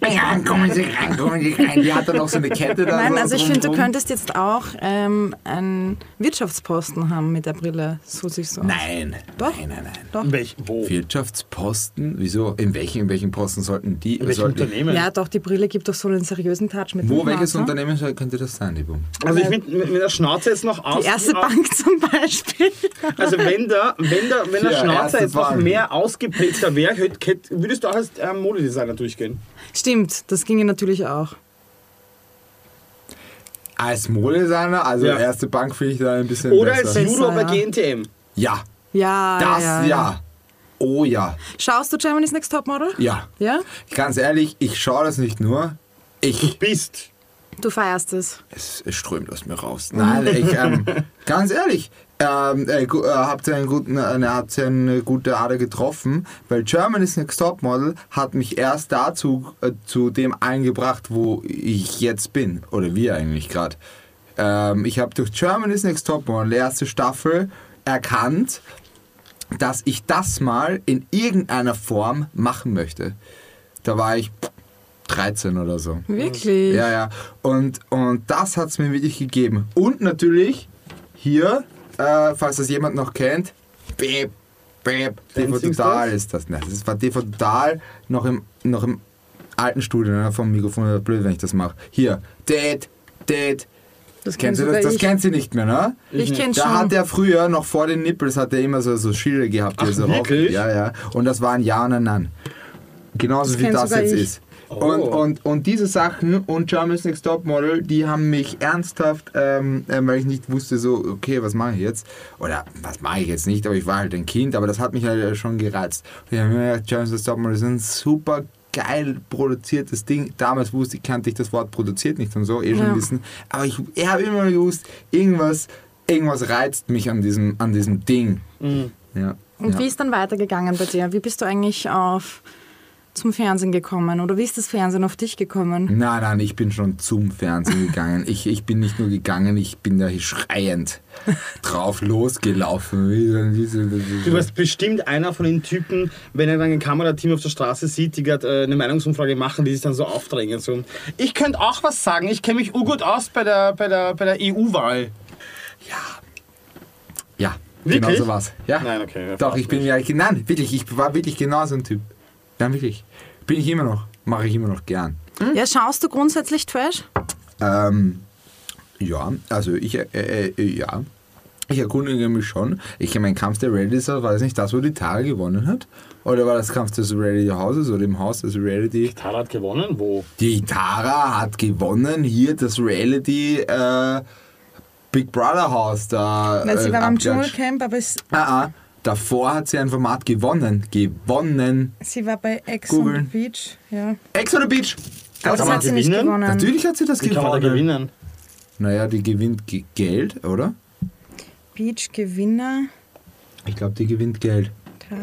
Speaker 3: Ja, kommen Sie rein, kommen Sie rein. Die hat dann noch so eine Kette da.
Speaker 2: Nein,
Speaker 3: so
Speaker 2: also ich
Speaker 3: drum-
Speaker 2: finde, du
Speaker 3: drum.
Speaker 2: könntest jetzt auch ähm, einen Wirtschaftsposten haben mit der Brille. So sich so.
Speaker 3: Nein.
Speaker 2: Doch.
Speaker 3: Nein, nein, nein.
Speaker 1: Welch? Wo?
Speaker 3: Wirtschaftsposten? Wieso? In welchen, in welchen Posten sollten die?
Speaker 1: Welches
Speaker 3: sollten die-
Speaker 1: Unternehmen?
Speaker 2: Ja, doch, die Brille gibt doch so einen seriösen Touch mit
Speaker 3: Wo,
Speaker 2: dem
Speaker 3: welches
Speaker 2: Schnauzer.
Speaker 3: Unternehmen soll- könnte das sein, die Boom?
Speaker 1: Also ich finde, wenn der Schnauzer jetzt noch aus...
Speaker 2: Die erste Bank [laughs] zum Beispiel.
Speaker 1: Also wenn der, wenn der, wenn der
Speaker 3: Ja,
Speaker 1: Schnauzer
Speaker 3: erste
Speaker 1: jetzt noch
Speaker 3: Bank.
Speaker 1: mehr ausgeprägter wäre, hätt- hätt- würdest du auch als ähm, Modedesigner durchgehen?
Speaker 2: Stimmt, das ginge natürlich auch.
Speaker 3: Als Modedesigner, also
Speaker 1: Ja.
Speaker 3: erste Bank finde ich da ein bisschen
Speaker 1: Oder als
Speaker 3: besser.
Speaker 1: Judo bei
Speaker 2: Besser, ja.
Speaker 1: GNTM?
Speaker 3: Ja,
Speaker 2: Ja,
Speaker 3: das
Speaker 2: ja,
Speaker 3: Ah, ja. Oh ja,
Speaker 2: Schaust du Germany's Next Topmodel?
Speaker 3: ja.
Speaker 2: Ja?
Speaker 3: Ganz ehrlich, ich schaue das nicht nur. Ich,
Speaker 1: Bist.
Speaker 2: Du feierst es.
Speaker 3: es, es strömt aus mir raus. Nein, ich, ähm, [laughs] ganz ehrlich, ähm, äh, gu- äh, habt ihr einen guten, äh, ne, habt ihr eine gute Ader getroffen, weil Germany's Next Topmodel hat mich erst dazu, äh, zu dem eingebracht, wo ich jetzt bin. Oder wir eigentlich gerade. Ähm, ich habe durch Germany's Next Topmodel, erste Staffel, erkannt, dass ich das mal in irgendeiner Form machen möchte. Da war ich 13 oder so.
Speaker 2: Wirklich?
Speaker 3: Ja, ja. Und, und das hat es mir wirklich gegeben. Und natürlich hier, äh, falls das jemand noch kennt, beep, beep, TV
Speaker 1: Dancing
Speaker 3: Total
Speaker 1: Stars?
Speaker 3: ist das. Nein, das war TV Total noch im, noch im alten Studio ne, vom Mikrofon. wäre Blöd, wenn ich das mache. Hier, Dad, Dad.
Speaker 2: Das
Speaker 3: Kennst du
Speaker 2: sogar
Speaker 3: das? Das
Speaker 2: ich.
Speaker 3: kennst du nicht mehr, ne?
Speaker 2: Ich kenn's
Speaker 3: Da
Speaker 2: schon.
Speaker 3: hat er früher, noch vor den Nippels, hat er immer so, so Schilder gehabt. die
Speaker 1: Ach,
Speaker 3: er so rauf-
Speaker 1: wirklich?
Speaker 3: Ja, ja. Und das waren Ja und ein Nein. Genauso
Speaker 2: Das
Speaker 3: wie
Speaker 2: kenn
Speaker 3: das
Speaker 2: sogar
Speaker 3: jetzt
Speaker 2: ich.
Speaker 3: ist.
Speaker 1: Oh.
Speaker 3: Und, und, und diese Sachen und Germany's Next Topmodel, die haben mich ernsthaft, ähm, ähm, weil ich nicht wusste, so, okay, was mache ich jetzt? Oder was mache ich jetzt nicht? Aber ich war halt ein Kind, aber das hat mich halt schon gereizt. Und ich habe mir gedacht, Germany's Next Topmodel ist ein super geil produziertes Ding. Damals wusste ich, kannte ich das Wort produziert nicht und so, eh schon
Speaker 2: Ja.
Speaker 3: wissen. Aber ich, ich habe immer gewusst, irgendwas, irgendwas reizt mich an diesem, an diesem Ding.
Speaker 1: Mhm.
Speaker 3: Ja.
Speaker 2: Und
Speaker 3: ja.
Speaker 2: wie ist dann weitergegangen bei dir? Wie bist du eigentlich auf zum Fernsehen gekommen? Oder wie ist das Fernsehen auf dich gekommen?
Speaker 3: Nein, nein, ich bin schon zum Fernsehen gegangen. Ich, ich bin nicht nur gegangen, ich bin da
Speaker 1: [laughs]
Speaker 3: schreiend drauf losgelaufen. Wie so- wie so- wie so-
Speaker 1: Du warst bestimmt einer von den Typen, wenn er dann ein Kamerateam auf der Straße sieht, die gerade äh, eine Meinungsumfrage machen, die sich dann so aufdrängen. So, ich könnte auch was sagen, ich kenne mich urgut aus bei der, bei der, bei der E EU-Wahl.
Speaker 3: Ja,
Speaker 1: Wirklich?
Speaker 3: genau so war's. Ja.
Speaker 1: Nein, okay,
Speaker 3: Doch, ich bin ja, nein, wirklich, ich war wirklich genau so ein Typ. Nein, wirklich. Bin ich immer noch, mache ich immer noch gern.
Speaker 2: Ja, schaust du grundsätzlich Trash?
Speaker 3: Ähm, ja, also ich, äh, äh, äh, ja, ich erkundige mich schon. Ich meine, Kampf der Realities, war das nicht das, wo die Tara gewonnen hat? Oder war das Kampf des Reality Houses oder im Haus des Reality?
Speaker 1: Tara hat gewonnen, wo?
Speaker 3: Die Tara hat gewonnen hier das Reality äh, Big Brother Haus da.
Speaker 2: Weil sie
Speaker 3: äh,
Speaker 2: war beim
Speaker 3: Abklatsch.
Speaker 2: Dschungelcamp, aber es,
Speaker 3: Ah, ah, davor hat sie ein Format gewonnen. Gewonnen.
Speaker 2: sie war bei Ex
Speaker 3: on Googeln.
Speaker 2: on the Beach. Ja.
Speaker 3: Ex on the Beach.
Speaker 2: Aber
Speaker 1: kann
Speaker 2: das
Speaker 1: man
Speaker 2: hat sie nicht
Speaker 1: gewinnen?
Speaker 2: gewonnen.
Speaker 3: Natürlich hat sie das
Speaker 1: Wie kann man da
Speaker 3: gewonnen.
Speaker 1: gewinnen?
Speaker 3: Naja, die gewinnt Ge- Geld, oder?
Speaker 2: Beach Gewinner.
Speaker 3: Ich glaube, die gewinnt Geld.
Speaker 2: Tara.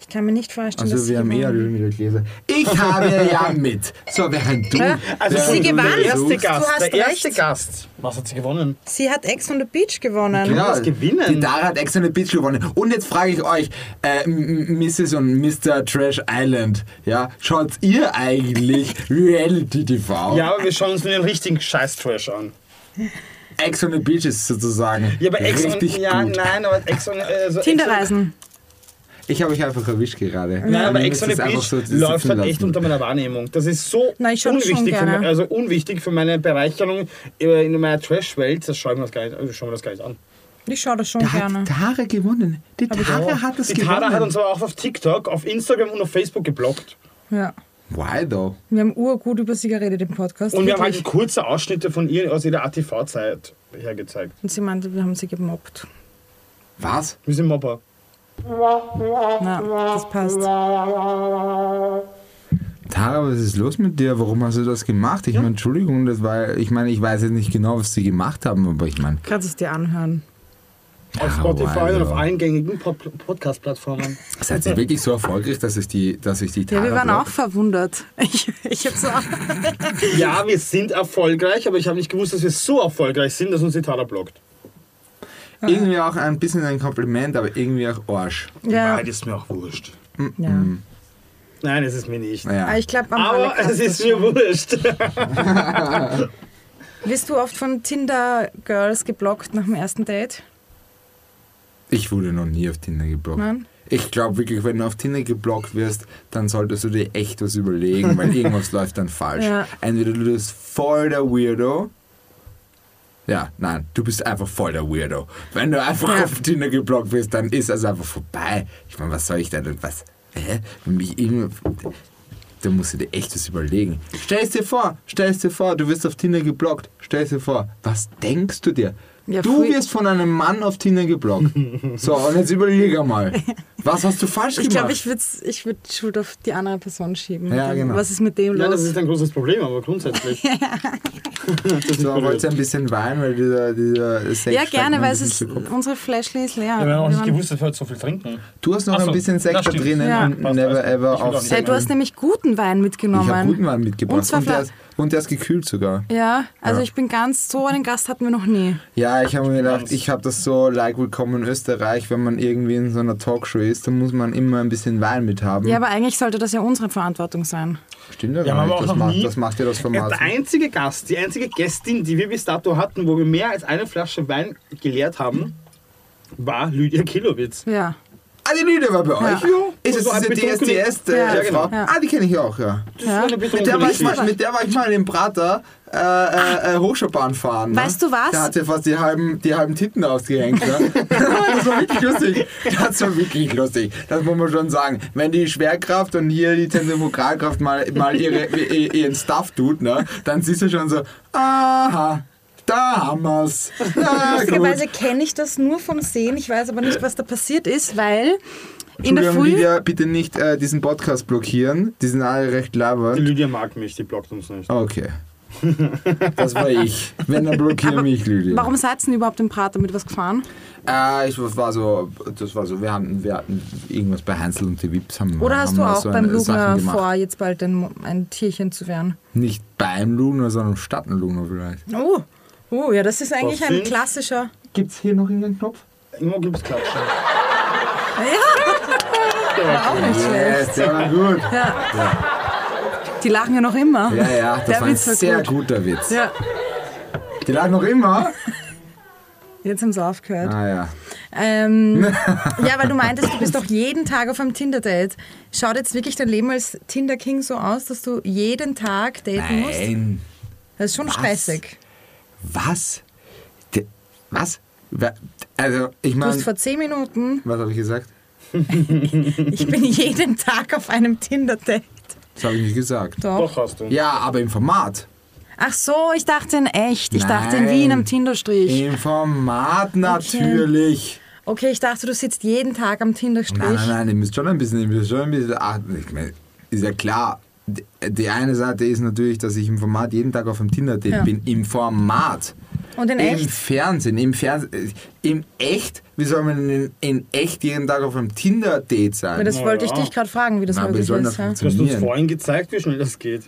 Speaker 2: Ich kann mir nicht vorstellen, dass
Speaker 3: Also
Speaker 2: sie
Speaker 3: wir haben eh
Speaker 2: gewonnen
Speaker 3: alle wieder Gläser. Ich habe ja mit. So, während du...
Speaker 2: Ja, also
Speaker 3: während
Speaker 2: sie
Speaker 3: du
Speaker 2: gewann.
Speaker 1: Der erste
Speaker 3: versuchst-
Speaker 1: Gast,
Speaker 2: hast
Speaker 1: der erste
Speaker 2: recht.
Speaker 1: Gast. Was hat sie gewonnen?
Speaker 2: hat. Sie hat Ex on the Beach gewonnen.
Speaker 1: Ja. das gewinnen?
Speaker 3: Die Dara hat extra eine Bitch gewonnen. Und jetzt frage ich euch, äh, M- M- Mrs. und Mr. Trash Island, ja, schaut
Speaker 2: [laughs]
Speaker 3: ihr eigentlich Reality TV?
Speaker 1: Ja, aber wir schauen uns nur den richtigen Scheiß-Trash an.
Speaker 3: Ex on the Beach ist sozusagen
Speaker 1: Ja, aber Ex und,
Speaker 3: richtig
Speaker 1: ja,
Speaker 3: gut.
Speaker 1: nein, aber Ex und, äh, so Ex und-
Speaker 2: Tinderreisen.
Speaker 3: Ich habe euch einfach erwischt gerade.
Speaker 1: Nein, aber
Speaker 3: Ihr
Speaker 1: Ex
Speaker 3: müsst
Speaker 1: on the
Speaker 3: es einfach
Speaker 1: Beach
Speaker 3: so sitzen
Speaker 1: läuft halt echt
Speaker 3: lassen.
Speaker 1: unter meiner Wahrnehmung. Das ist so
Speaker 2: Nein, ich schau das schon
Speaker 1: unwichtig, für,
Speaker 2: gerne.
Speaker 1: me- also unwichtig für meine Bereicherung äh, in meiner Trash-Welt. Das schauen wir, das gar nicht, also schauen wir das gar nicht an.
Speaker 2: Ich schaue das schon
Speaker 3: Da
Speaker 2: gerne.
Speaker 3: hat Dara gewonnen. Die Dara hat es
Speaker 1: Oh, Die Tara hat uns
Speaker 3: gewonnen.
Speaker 1: aber auch auf TikTok, auf Instagram und auf Facebook geblockt.
Speaker 2: Ja.
Speaker 3: Why though?
Speaker 2: Wir haben urgut über sie geredet im Podcast.
Speaker 1: Und wir haben halt
Speaker 2: wirklich.
Speaker 1: kurze Ausschnitte von ihr aus ihrer ATV-Zeit hergezeigt.
Speaker 2: und sie meinte, wir haben sie gemobbt.
Speaker 3: Was?
Speaker 1: Wir sind Mopper.
Speaker 2: Na, das passt.
Speaker 3: Da Tara, was ist los mit dir? Warum hast du das gemacht? Ich meine, Entschuldigung, das war, ich meine, ich weiß jetzt nicht genau, was sie gemacht haben, aber ich meine,
Speaker 2: Kannst es dir anhören.
Speaker 1: Auf
Speaker 3: Ah,
Speaker 1: Spotify
Speaker 3: wow.
Speaker 1: und auf allen gängigen Pod Podcast-Plattformen. [laughs]
Speaker 3: seid ihr wirklich so erfolgreich, dass ich die, dass ich die Tara
Speaker 2: Ja, wir waren
Speaker 3: block?
Speaker 2: auch verwundert. [laughs] Ich, ich hab's auch.
Speaker 1: ja, wir sind erfolgreich, aber ich habe nicht gewusst, dass wir so erfolgreich sind, dass uns die Tara blockt.
Speaker 3: Irgendwie auch ein bisschen ein Kompliment, aber irgendwie auch Arsch.
Speaker 2: Ja.
Speaker 1: Nein, das ist mir auch wurscht.
Speaker 2: ja.
Speaker 3: hm,
Speaker 1: Nein, es ist mir nicht.
Speaker 2: Aber
Speaker 3: Naja.
Speaker 2: ich glaube, am
Speaker 1: Aber es
Speaker 2: allerkrassesten-
Speaker 1: ist mir wurscht.
Speaker 2: Wirst du oft von Tinder-Girls geblockt nach dem ersten Date?
Speaker 3: Ich wurde noch nie auf Tinder geblockt.
Speaker 2: Nein?
Speaker 3: Ich glaube wirklich, wenn du auf Tinder geblockt wirst, dann solltest du dir echt was
Speaker 2: [laughs]
Speaker 3: überlegen, weil irgendwas läuft dann falsch.
Speaker 2: Ja.
Speaker 3: Entweder du bist voll der Weirdo. Ja, nein, du bist einfach voll der Weirdo. Wenn du einfach
Speaker 2: Ja.
Speaker 3: auf Tinder geblockt wirst, dann ist es einfach vorbei. Ich meine, was soll ich da denn? Was? Hä? Wenn mich irgend- Da musst du dir echt was überlegen. Stell es dir vor, stell es dir vor, du wirst auf Tinder geblockt. Stell es dir vor, was denkst du dir?
Speaker 2: Ja,
Speaker 3: du
Speaker 2: früh-
Speaker 3: wirst von einem Mann auf Tinder geblockt. So, und jetzt überlege mal. Was hast du falsch
Speaker 2: Ich
Speaker 3: gemacht?
Speaker 2: glaube, ich würde ich würd Schuld auf die andere Person schieben.
Speaker 3: Ja,
Speaker 2: Dann,
Speaker 3: genau.
Speaker 2: Was ist mit dem
Speaker 1: Nein, das
Speaker 2: los?
Speaker 1: ist ein großes Problem, aber [laughs] grundsätzlich. das ist
Speaker 3: so,
Speaker 1: berührt.
Speaker 3: wolltest du ein bisschen weinen, weil dieser, dieser Sekt
Speaker 2: ja,
Speaker 3: steckt noch
Speaker 2: gerne,
Speaker 3: ein
Speaker 2: weil es ist,
Speaker 3: bisschen zu-
Speaker 2: unsere Fläschli ist leer.
Speaker 1: Ja, wir haben auch
Speaker 2: Wir
Speaker 1: nicht
Speaker 2: waren-
Speaker 1: gewusst, dass wir heute so viel trinken.
Speaker 3: Du hast noch
Speaker 1: Ach so,
Speaker 3: ein bisschen
Speaker 1: das
Speaker 3: Sekt da
Speaker 1: stimmt.
Speaker 3: drinnen
Speaker 2: Ja.
Speaker 3: und
Speaker 1: Passt,
Speaker 3: never
Speaker 1: passt. Ich
Speaker 3: ever
Speaker 1: will auch
Speaker 3: auf
Speaker 1: nicht
Speaker 2: ja, du hast nämlich guten Wein mitgenommen.
Speaker 3: Ich habe guten Wein mitgebracht.
Speaker 2: Und zwar
Speaker 3: und, der
Speaker 2: Fla-
Speaker 3: ist, und der ist gekühlt sogar.
Speaker 2: Ja, also
Speaker 3: Ja.
Speaker 2: ich bin ganz, so einen Gast hatten wir noch nie.
Speaker 3: Ja, ich habe mir gedacht,
Speaker 1: Ganz-
Speaker 3: ich habe das so, like Willkommen in Österreich, wenn man irgendwie in so einer Talkshow ist, dann muss man immer ein bisschen Wein mit haben.
Speaker 2: Ja, aber eigentlich sollte das ja unsere Verantwortung sein.
Speaker 3: Stimmt ja,
Speaker 1: Ja,
Speaker 3: gar
Speaker 1: haben wir
Speaker 3: nicht.
Speaker 1: auch
Speaker 3: Das
Speaker 1: noch
Speaker 3: macht,
Speaker 1: nie.
Speaker 3: das macht ja das Format.
Speaker 1: Der einzige Gast, die einzige Gästin, die wir bis dato hatten, wo wir mehr als eine Flasche Wein geleert haben, war Lydia Kilowitz.
Speaker 2: Ja.
Speaker 3: Ah, die Lydia war bei euch?
Speaker 2: Ja.
Speaker 3: Ist das
Speaker 1: So ein
Speaker 3: diese
Speaker 1: betrunkene-
Speaker 3: DSDS, der
Speaker 2: Ja,
Speaker 1: genau.
Speaker 3: Frau?
Speaker 2: Ja.
Speaker 3: Ah, die kenne ich auch, ja.
Speaker 1: Das war eine
Speaker 3: Mit der, war ich mal,
Speaker 1: betrunkene
Speaker 3: mit der war ich mal im Prater äh, äh, äh, Hochschubbahn fahren. Ne?
Speaker 2: Ah. Weißt du was?
Speaker 3: Da hat sie fast die halben, die halben Titten ausgehängt.
Speaker 2: [laughs]
Speaker 3: Ne? [laughs] das war wirklich lustig. Das war wirklich lustig. Das muss man schon sagen. Wenn die Schwerkraft und hier die Zentrifugalkraft mal, mal
Speaker 2: [laughs]
Speaker 3: ihre, i- i- ihren Stuff tut, ne? dann siehst du schon so, aha, da haben wir's.
Speaker 2: [laughs]
Speaker 3: Na gut.
Speaker 2: Lustigerweise kenne ich das nur vom Sehen. Ich weiß aber nicht, was da passiert ist, weil in der
Speaker 3: Entschuldigung,
Speaker 2: Früh.
Speaker 3: Lydia, bitte nicht äh, diesen Podcast blockieren. Die sind alle recht
Speaker 1: Die
Speaker 3: labernd.
Speaker 1: Lydia mag mich, die blockt uns nicht.
Speaker 3: Okay. Das war ich. Wenn, dann blockiere mich, Lydia.
Speaker 2: Warum seid ihr denn überhaupt im Prater mit was gefahren?
Speaker 3: Äh, ich das war so, das war so, wir hatten, wir hatten irgendwas bei Hansel und die Wips haben
Speaker 2: Oder
Speaker 3: haben
Speaker 2: hast du
Speaker 3: wir
Speaker 2: auch
Speaker 3: so
Speaker 2: beim
Speaker 3: eine-
Speaker 2: Lugner
Speaker 3: Sachen gemacht.
Speaker 2: vor, jetzt bald ein, Mo- ein Tierchen zu werden?
Speaker 3: Nicht beim Lugner, sondern statt dem Lugner vielleicht.
Speaker 2: Oh, oh ja, das ist eigentlich
Speaker 1: Was
Speaker 2: ein
Speaker 1: sind-
Speaker 2: klassischer. [laughs]
Speaker 3: Gibt's hier noch irgendeinen Knopf?
Speaker 1: Irgendwo gibt es Klatschen.
Speaker 2: War auch nicht schlecht.
Speaker 3: Yes, der war gut.
Speaker 2: Die lachen ja noch immer.
Speaker 3: Ja, ja, das
Speaker 2: Der
Speaker 3: war ein
Speaker 2: Witz war
Speaker 3: sehr
Speaker 2: gut.
Speaker 3: guter Witz.
Speaker 2: Ja,
Speaker 3: Die lag noch immer.
Speaker 2: jetzt haben sie aufgehört.
Speaker 3: Ah ja. [laughs]
Speaker 2: Ähm, ja, weil du meintest, du bist doch jeden Tag auf einem Tinder-Date. Schaut jetzt wirklich dein Leben als Tinder-King so aus, dass du jeden Tag daten musst?
Speaker 3: Nein.
Speaker 2: Das ist schon
Speaker 3: Was?
Speaker 2: stressig.
Speaker 3: Was? De, was? Wer- Also, ich
Speaker 2: Du hast
Speaker 3: meine,
Speaker 2: vor 10 Minuten,
Speaker 3: was habe ich gesagt?
Speaker 2: ich bin [laughs] jeden Tag auf einem Tinder-Date.
Speaker 3: Das habe ich nicht gesagt.
Speaker 2: Doch.
Speaker 1: Doch hast du.
Speaker 3: Ja, aber im Format.
Speaker 2: Ach so, ich dachte in echt. Ich dachte in
Speaker 3: Nein.
Speaker 2: Wien am Tinderstrich.
Speaker 3: Im Format natürlich.
Speaker 2: Okay, ich dachte, du sitzt jeden Tag am
Speaker 3: Nein,
Speaker 2: Tinderstrich.
Speaker 3: nein, nein, ihr müsst schon ein bisschen, ihr müsst schon ein bisschen achten. Ich meine, ist ja klar, die, die eine Seite ist natürlich, dass ich im Format jeden Tag auf dem Tinder-Date
Speaker 2: Ja.
Speaker 3: bin. Im Format.
Speaker 2: Und in
Speaker 3: Im
Speaker 2: echt?
Speaker 3: Fernsehen, im Fernsehen. Im Echt? Wie soll man denn in, in echt jeden Tag auf einem Tinder-Date
Speaker 2: Aber
Speaker 3: sein?
Speaker 2: das
Speaker 1: Na
Speaker 2: wollte ich
Speaker 1: ja.
Speaker 2: dich gerade fragen, wie das
Speaker 3: Na, aber wir
Speaker 2: möglich
Speaker 3: sollen
Speaker 2: ist.
Speaker 3: das
Speaker 2: Ja.
Speaker 1: Du hast uns
Speaker 3: funktionieren.
Speaker 1: vorhin gezeigt, wie schnell das geht.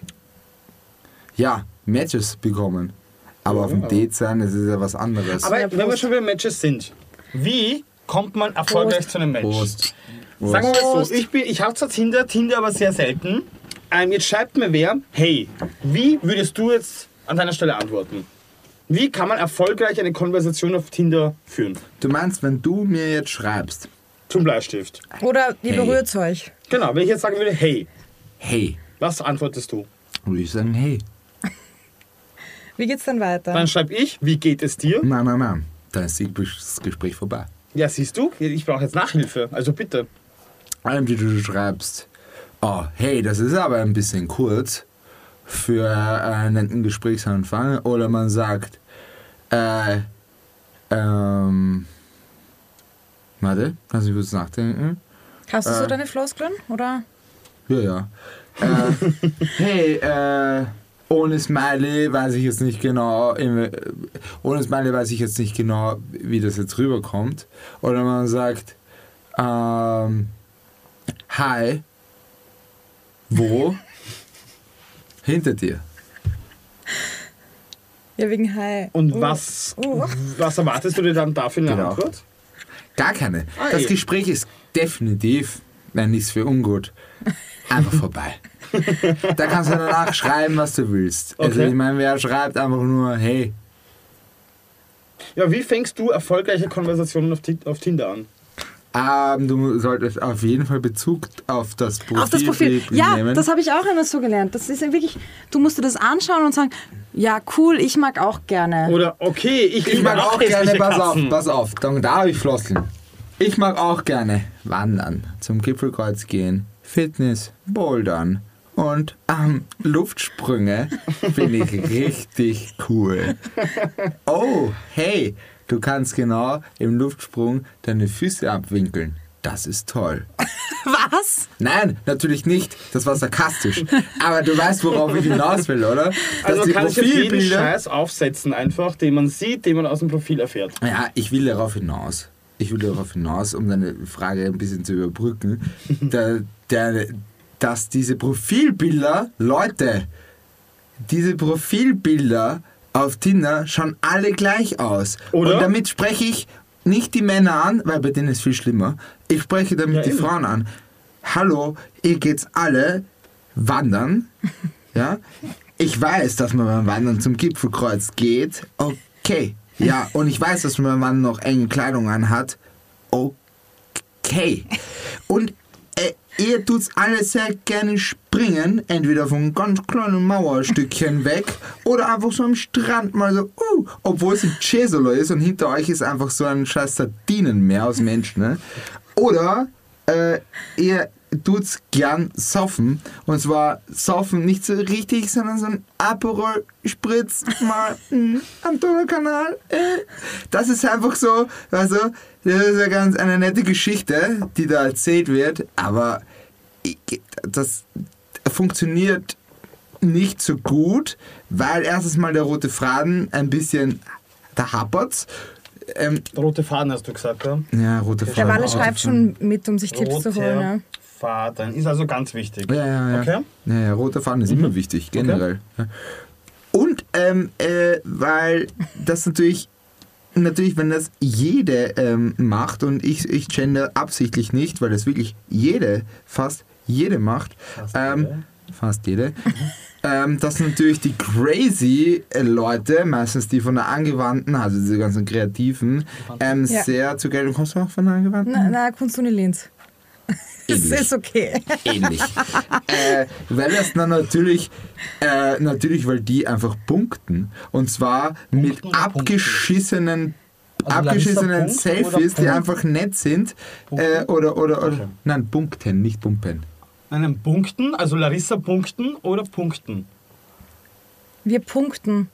Speaker 3: Ja, Matches bekommen. Aber auf
Speaker 2: Oh.
Speaker 3: dem Date sein, das ist ja was anderes.
Speaker 1: Aber
Speaker 2: Ja,
Speaker 1: wenn wir
Speaker 2: Prost.
Speaker 1: schon bei Matches sind, wie kommt man erfolgreich zu einem Match?
Speaker 3: Prost. Prost.
Speaker 1: Sagen wir mal
Speaker 2: Prost.
Speaker 1: so, ich, bin- ich habe zwar Tinder, Tinder aber sehr selten. Ähm, jetzt schreibt mir wer, hey, wie würdest du jetzt an deiner Stelle antworten? Wie kann man erfolgreich eine Konversation auf Tinder führen?
Speaker 3: Du meinst, wenn du mir jetzt schreibst,
Speaker 1: Zum Bleistift.
Speaker 2: Oder ihr
Speaker 3: Hey.
Speaker 2: berührt's euch.
Speaker 1: Genau, wenn ich jetzt sagen würde, hey,
Speaker 3: hey,
Speaker 1: was antwortest du?
Speaker 3: würde ich sagen, hey.
Speaker 2: Wie geht's dann weiter?
Speaker 1: Dann schreibe ich, wie geht es dir?
Speaker 3: Nein, nein, nein. Dann ist das Gespräch vorbei.
Speaker 1: Ja, siehst du, ich brauche jetzt Nachhilfe, also bitte.
Speaker 3: allem, wie du schreibst, oh, hey, das ist aber ein bisschen kurz für äh, einen Gesprächsanfang. Oder man sagt, äh, ähm, warte, kannst du kurz nachdenken?
Speaker 2: Hast du so
Speaker 3: Äh.
Speaker 2: deine Floskeln? Oder?
Speaker 3: Ja, ja. äh, hey, äh, ohne Smiley weiß ich jetzt nicht genau, in- ohne Smiley weiß ich jetzt nicht genau, wie das jetzt rüberkommt. Oder man sagt, ähm, hi, wo? Hinter dir.
Speaker 2: Ja, wegen Hi.
Speaker 1: Und
Speaker 2: Oh.
Speaker 1: was,
Speaker 2: Oh.
Speaker 1: was erwartest du dir dann dafür in der
Speaker 3: Genau.
Speaker 1: Antwort?
Speaker 3: Gar keine.
Speaker 1: Ah,
Speaker 3: das
Speaker 1: eh.
Speaker 3: Gespräch ist definitiv, nein, nichts für ungut, einfach vorbei. da kannst du danach schreiben, was du willst. Also
Speaker 1: Okay.
Speaker 3: ich meine, wer schreibt einfach nur, hey,
Speaker 1: Ja, wie fängst du erfolgreiche Konversationen auf, Ti- auf Tinder an?
Speaker 3: ähm, du solltest auf jeden Fall Bezug auf das Profil,
Speaker 2: Auf das Profil.
Speaker 3: Bild
Speaker 2: Ja,
Speaker 3: nehmen.
Speaker 2: das habe ich auch immer so gelernt. Das ist ja wirklich, du musst dir das anschauen und sagen, ja, cool, ich mag auch gerne.
Speaker 1: Oder, okay, ich,
Speaker 3: ich mag auch gerne,
Speaker 1: hässliche
Speaker 3: pass auf,
Speaker 1: Katzen.
Speaker 3: pass auf, dann darf ich flosseln. Ich mag auch gerne wandern, zum Gipfelkreuz gehen, Fitness, Bouldern und ähm, Luftsprünge finde
Speaker 2: [laughs]
Speaker 3: ich richtig cool. Oh, hey, du kannst genau im Luftsprung deine Füße abwinkeln. Das ist toll.
Speaker 2: [laughs] Was?
Speaker 3: Nein, natürlich nicht. Das
Speaker 1: [laughs]
Speaker 3: war sarkastisch. Aber du weißt, worauf ich hinaus will, oder? Dass
Speaker 1: Also
Speaker 3: die
Speaker 1: kann ich jetzt jeden
Speaker 3: Profilbilder-
Speaker 1: Scheiß aufsetzen einfach, den man sieht, den man aus dem Profil erfährt.
Speaker 3: Ja, ich will darauf hinaus. Ich will darauf hinaus, um deine Frage ein bisschen zu überbrücken,
Speaker 1: [laughs]
Speaker 3: da, der, dass diese Profilbilder, Leute, diese Profilbilder auf Tinder schauen alle gleich aus.
Speaker 1: Oder?
Speaker 3: Und damit spreche ich nicht die Männer an, weil bei denen ist viel schlimmer. Ich spreche damit
Speaker 1: Ja,
Speaker 3: die
Speaker 1: eben.
Speaker 3: Frauen an. Hallo, ihr geht's alle
Speaker 1: [laughs]
Speaker 3: wandern. Ja? Ich weiß, dass man beim Wandern zum Gipfelkreuz geht. Okay. Ja, und ich weiß, dass man beim Wandern noch enge Kleidung anhat. Okay. Und äh, ihr tut's alle sehr gerne springen. Entweder von ganz kleinen Mauerstückchen weg oder einfach so am Strand mal so, uh, obwohl es ein Cesolo ist und hinter euch ist einfach so ein scheiß Sardinenmeer aus Menschen. Ne? Oder äh, ihr tut's gern saufen. Und zwar saufen nicht so richtig, sondern so ein Aperol Spritz mal mm, am Donaukanal. Äh. Das ist einfach so, also, das ist ja ganz eine nette Geschichte, die da erzählt wird, aber ich- das funktioniert nicht so gut, weil erstens mal der rote Faden ein bisschen, da hapert's. Ähm,
Speaker 1: Der rote Faden hast du gesagt, ja?
Speaker 3: ja, rote Faden. oh,
Speaker 2: Der Walle
Speaker 3: auch
Speaker 2: schreibt
Speaker 3: davon.
Speaker 2: schon mit, um sich Tipps zu holen.
Speaker 1: Roter
Speaker 2: Ja.
Speaker 1: Faden ist also ganz wichtig.
Speaker 3: Ja, ja, ja.
Speaker 1: Okay. Mhm.
Speaker 3: Ja, ja, roter Faden ist immer wichtig, generell. Ja. Und ähm, äh, weil das natürlich, natürlich, wenn das jede ähm, macht und ich, ich gender absichtlich nicht, weil das wirklich jede, fast jede macht,
Speaker 1: Fast
Speaker 3: ähm,
Speaker 1: jede. Mhm. [laughs]
Speaker 3: fast jede, ähm, dass natürlich die crazy äh, Leute, meistens die von der Angewandten, also diese ganzen Kreativen, ähm,
Speaker 2: Ja.
Speaker 3: sehr zur Geltung kommst du auch von der Angewandten?
Speaker 2: Na, na, Kunst ohne Linz. [laughs] Das
Speaker 3: Ähnlich.
Speaker 2: ist okay.
Speaker 3: ähnlich. äh, weil das dann natürlich, äh, natürlich, weil die einfach punkten. Und zwar
Speaker 1: Punkten
Speaker 3: mit
Speaker 1: oder punkten?
Speaker 3: abgeschissenen,
Speaker 1: Also
Speaker 3: abgeschissenen
Speaker 1: Larissa Punkt oder
Speaker 3: Selfies, die
Speaker 1: Punkt?
Speaker 3: einfach nett sind. Äh, oder, oder, oder,
Speaker 1: Okay.
Speaker 3: nein, punkten, nicht pumpen.
Speaker 1: Einen Punkten, also Larissa Punkten oder Punkten?
Speaker 2: Wir punkten.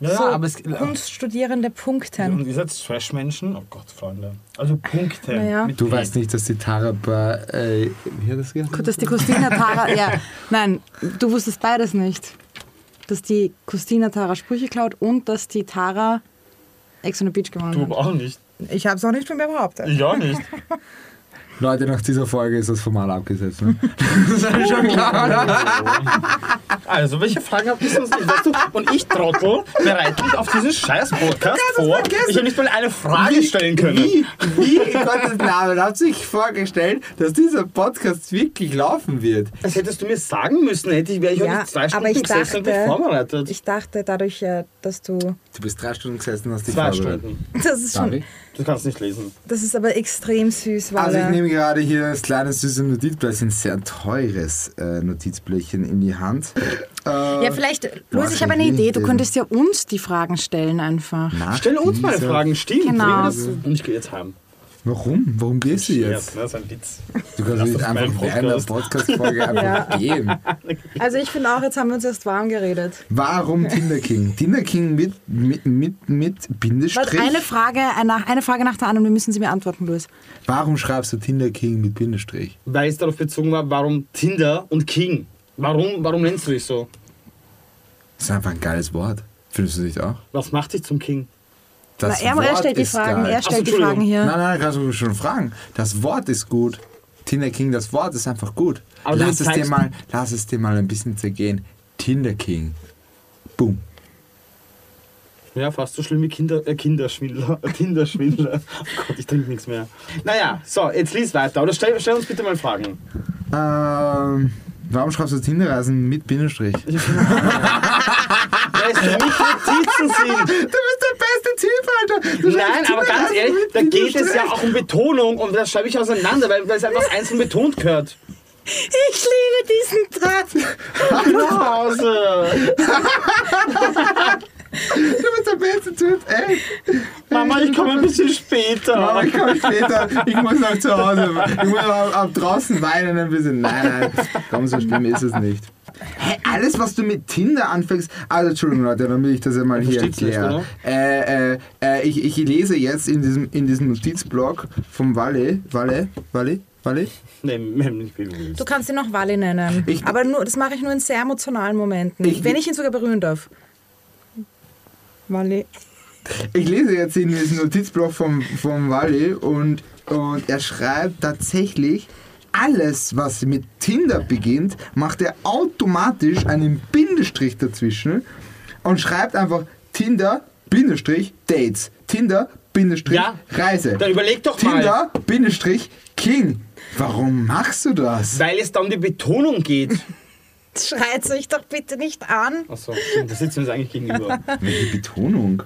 Speaker 1: Ja,
Speaker 2: so,
Speaker 1: aber es-
Speaker 2: Kunststudierende punkten.
Speaker 1: Und ihr seid Trash-Menschen? Oh Gott, Freunde. Also Punkte.
Speaker 2: Naja.
Speaker 1: mit
Speaker 3: Du
Speaker 1: P.
Speaker 3: weißt nicht, dass die Taraba, äh, wie hat das
Speaker 2: Gut,
Speaker 3: gesagt?
Speaker 2: dass die Christina
Speaker 1: [laughs]
Speaker 2: Tara, ja, nein, du wusstest beides nicht. Dass die Christina Tara Sprüche klaut und dass die Tara Ex on the Beach gewonnen
Speaker 1: Du
Speaker 2: hat.
Speaker 1: aber auch nicht.
Speaker 2: Ich habe es auch nicht von mir behauptet.
Speaker 1: Ich auch nicht.
Speaker 3: Leute, nach dieser Folge ist das Formal abgesetzt. Ne? das ist halt schon klar, oder?
Speaker 1: Also, welche Fragen habt ihr sonst nicht? Weißt du, und ich, Trottel, bereite mich auf diesen scheiß Podcast vor.
Speaker 3: vergessen.
Speaker 1: Ich habe nicht mal eine [laughs] Frage stellen können.
Speaker 3: Wie, wie in Gottes Namen hat sich vorgestellt, dass dieser Podcast wirklich laufen wird?
Speaker 1: Das hättest du mir sagen müssen, hätte ich, wäre ich
Speaker 2: Ja,
Speaker 1: auch nicht zwei Stunden
Speaker 2: aber ich
Speaker 1: gesessen und mich
Speaker 2: dachte-
Speaker 1: vorbereitet.
Speaker 2: Ich dachte dadurch, äh, dass du. [laughs]
Speaker 3: Du bist drei Stunden gesessen und hast dich
Speaker 1: zwei
Speaker 3: vorbereitet.
Speaker 1: Stunden.
Speaker 2: Das ist
Speaker 3: Darf
Speaker 2: schon.
Speaker 3: ich?
Speaker 1: Du kannst nicht lesen.
Speaker 2: Das ist aber extrem süß, weil.
Speaker 3: Also ich
Speaker 2: äh,
Speaker 3: nehme gerade hier das kleine süße Notizblättchen, sehr teures äh, Notizblättchen in die Hand. Äh,
Speaker 2: ja, vielleicht.
Speaker 3: Boah,
Speaker 2: Luis, ich habe eine
Speaker 3: ich
Speaker 2: Idee. Du
Speaker 3: will-
Speaker 2: könntest ja uns die Fragen stellen einfach.
Speaker 3: nach
Speaker 1: Stell uns mal
Speaker 3: dieser-
Speaker 1: Fragen, stimmt.
Speaker 2: Genau.
Speaker 1: Bring das- Und ich gehe jetzt heim.
Speaker 3: Warum? Warum gehst du jetzt?
Speaker 1: Das ist ein Witz.
Speaker 3: Du kannst nicht
Speaker 1: das ist
Speaker 3: einfach
Speaker 1: mein
Speaker 3: während der
Speaker 1: [laughs]
Speaker 3: Podcast-Folge einfach
Speaker 2: Ja.
Speaker 3: gehen.
Speaker 2: Also ich finde auch, jetzt haben wir uns erst warm geredet.
Speaker 3: Warum Tinder King? Tinder King mit, mit, mit, mit
Speaker 2: Warte,
Speaker 3: Bindestrich?
Speaker 2: eine Frage, eine, eine Frage nach der anderen, wir müssen sie mir antworten, Luis.
Speaker 3: Warum schreibst du Tinder King mit Bindestrich?
Speaker 1: Weil es darauf bezogen war, warum Tinder und King? Warum, warum nennst du dich so?
Speaker 3: Das ist einfach ein geiles Wort. Findest du nicht auch?
Speaker 1: Was macht dich zum King?
Speaker 3: Das
Speaker 2: Na, er, er stellt die
Speaker 3: ist
Speaker 2: Fragen,
Speaker 3: geil.
Speaker 2: er stellt die
Speaker 1: Entschuldigung.
Speaker 2: Fragen hier.
Speaker 3: Nein, nein, kannst du schon fragen. Das Wort ist gut. Tinder King, das Wort ist einfach gut.
Speaker 1: Aber du
Speaker 3: lass, es dir
Speaker 1: zeigst-
Speaker 3: mal, lass es dir mal ein bisschen zergehen. Tinder King. Boom.
Speaker 1: Ja, fast so schlimm wie Kinder, äh, Kinderschwindler. [laughs] Äh, Tinderschwindler. Oh Gott, ich trinke nichts mehr. Naja, so, jetzt lies weiter. Oder stell, stell uns bitte mal Fragen.
Speaker 3: Ähm, warum schreibst du Tinderreisen mit [laughs] Bindestrich? Du bist
Speaker 1: Weil es für mich Notizen sind.
Speaker 3: der beste Typ, Alter.
Speaker 1: Nein, aber ganz ehrlich, da geht es ja auch um Betonung und das schreibe ich auseinander, weil das einfach einzeln betont gehört.
Speaker 2: Ich liebe diesen Draht.
Speaker 1: Nach Hause.
Speaker 3: Du bist der beste Typ, ey.
Speaker 1: Mama, ich komme ein bisschen
Speaker 3: Aber
Speaker 1: später.
Speaker 3: ich komme später, ich muss noch zu Hause, ich muss noch ab, ab draußen weinen ein bisschen. Nein, nein, komm, so schlimm ist es nicht. Hä, alles, was du mit Tinder anfängst, also Entschuldigung Leute, damit ich das einmal hier
Speaker 1: versteht's nicht,
Speaker 3: erkläre. Äh, äh, äh, ich, ich lese jetzt in diesem, in diesem Notizblock vom Walle, Walle, Walle, Walle.
Speaker 1: Nee, Mem, ich will nicht.
Speaker 2: Du kannst ihn noch Wally nennen.
Speaker 3: Ich-
Speaker 2: aber nur, das mache ich nur in sehr emotionalen Momenten.
Speaker 3: Ich-
Speaker 2: wenn ich ihn sogar berühren darf. Wally.
Speaker 3: Ich lese jetzt in diesem Notizblock vom, vom Wally und, und er schreibt tatsächlich, alles, was mit Tinder beginnt, macht er automatisch einen Bindestrich dazwischen und schreibt einfach Tinder, Bindestrich, Dates. Tinder, Bindestrich,
Speaker 1: Ja,
Speaker 3: Reise.
Speaker 1: Dann überleg doch mal.
Speaker 3: Tinder, Bindestrich, King. Warum machst du das?
Speaker 1: Weil es da um die Betonung geht.
Speaker 2: Schreit euch doch bitte nicht an.
Speaker 1: Achso, da sitzen wir uns eigentlich gegenüber.
Speaker 3: Welche Betonung?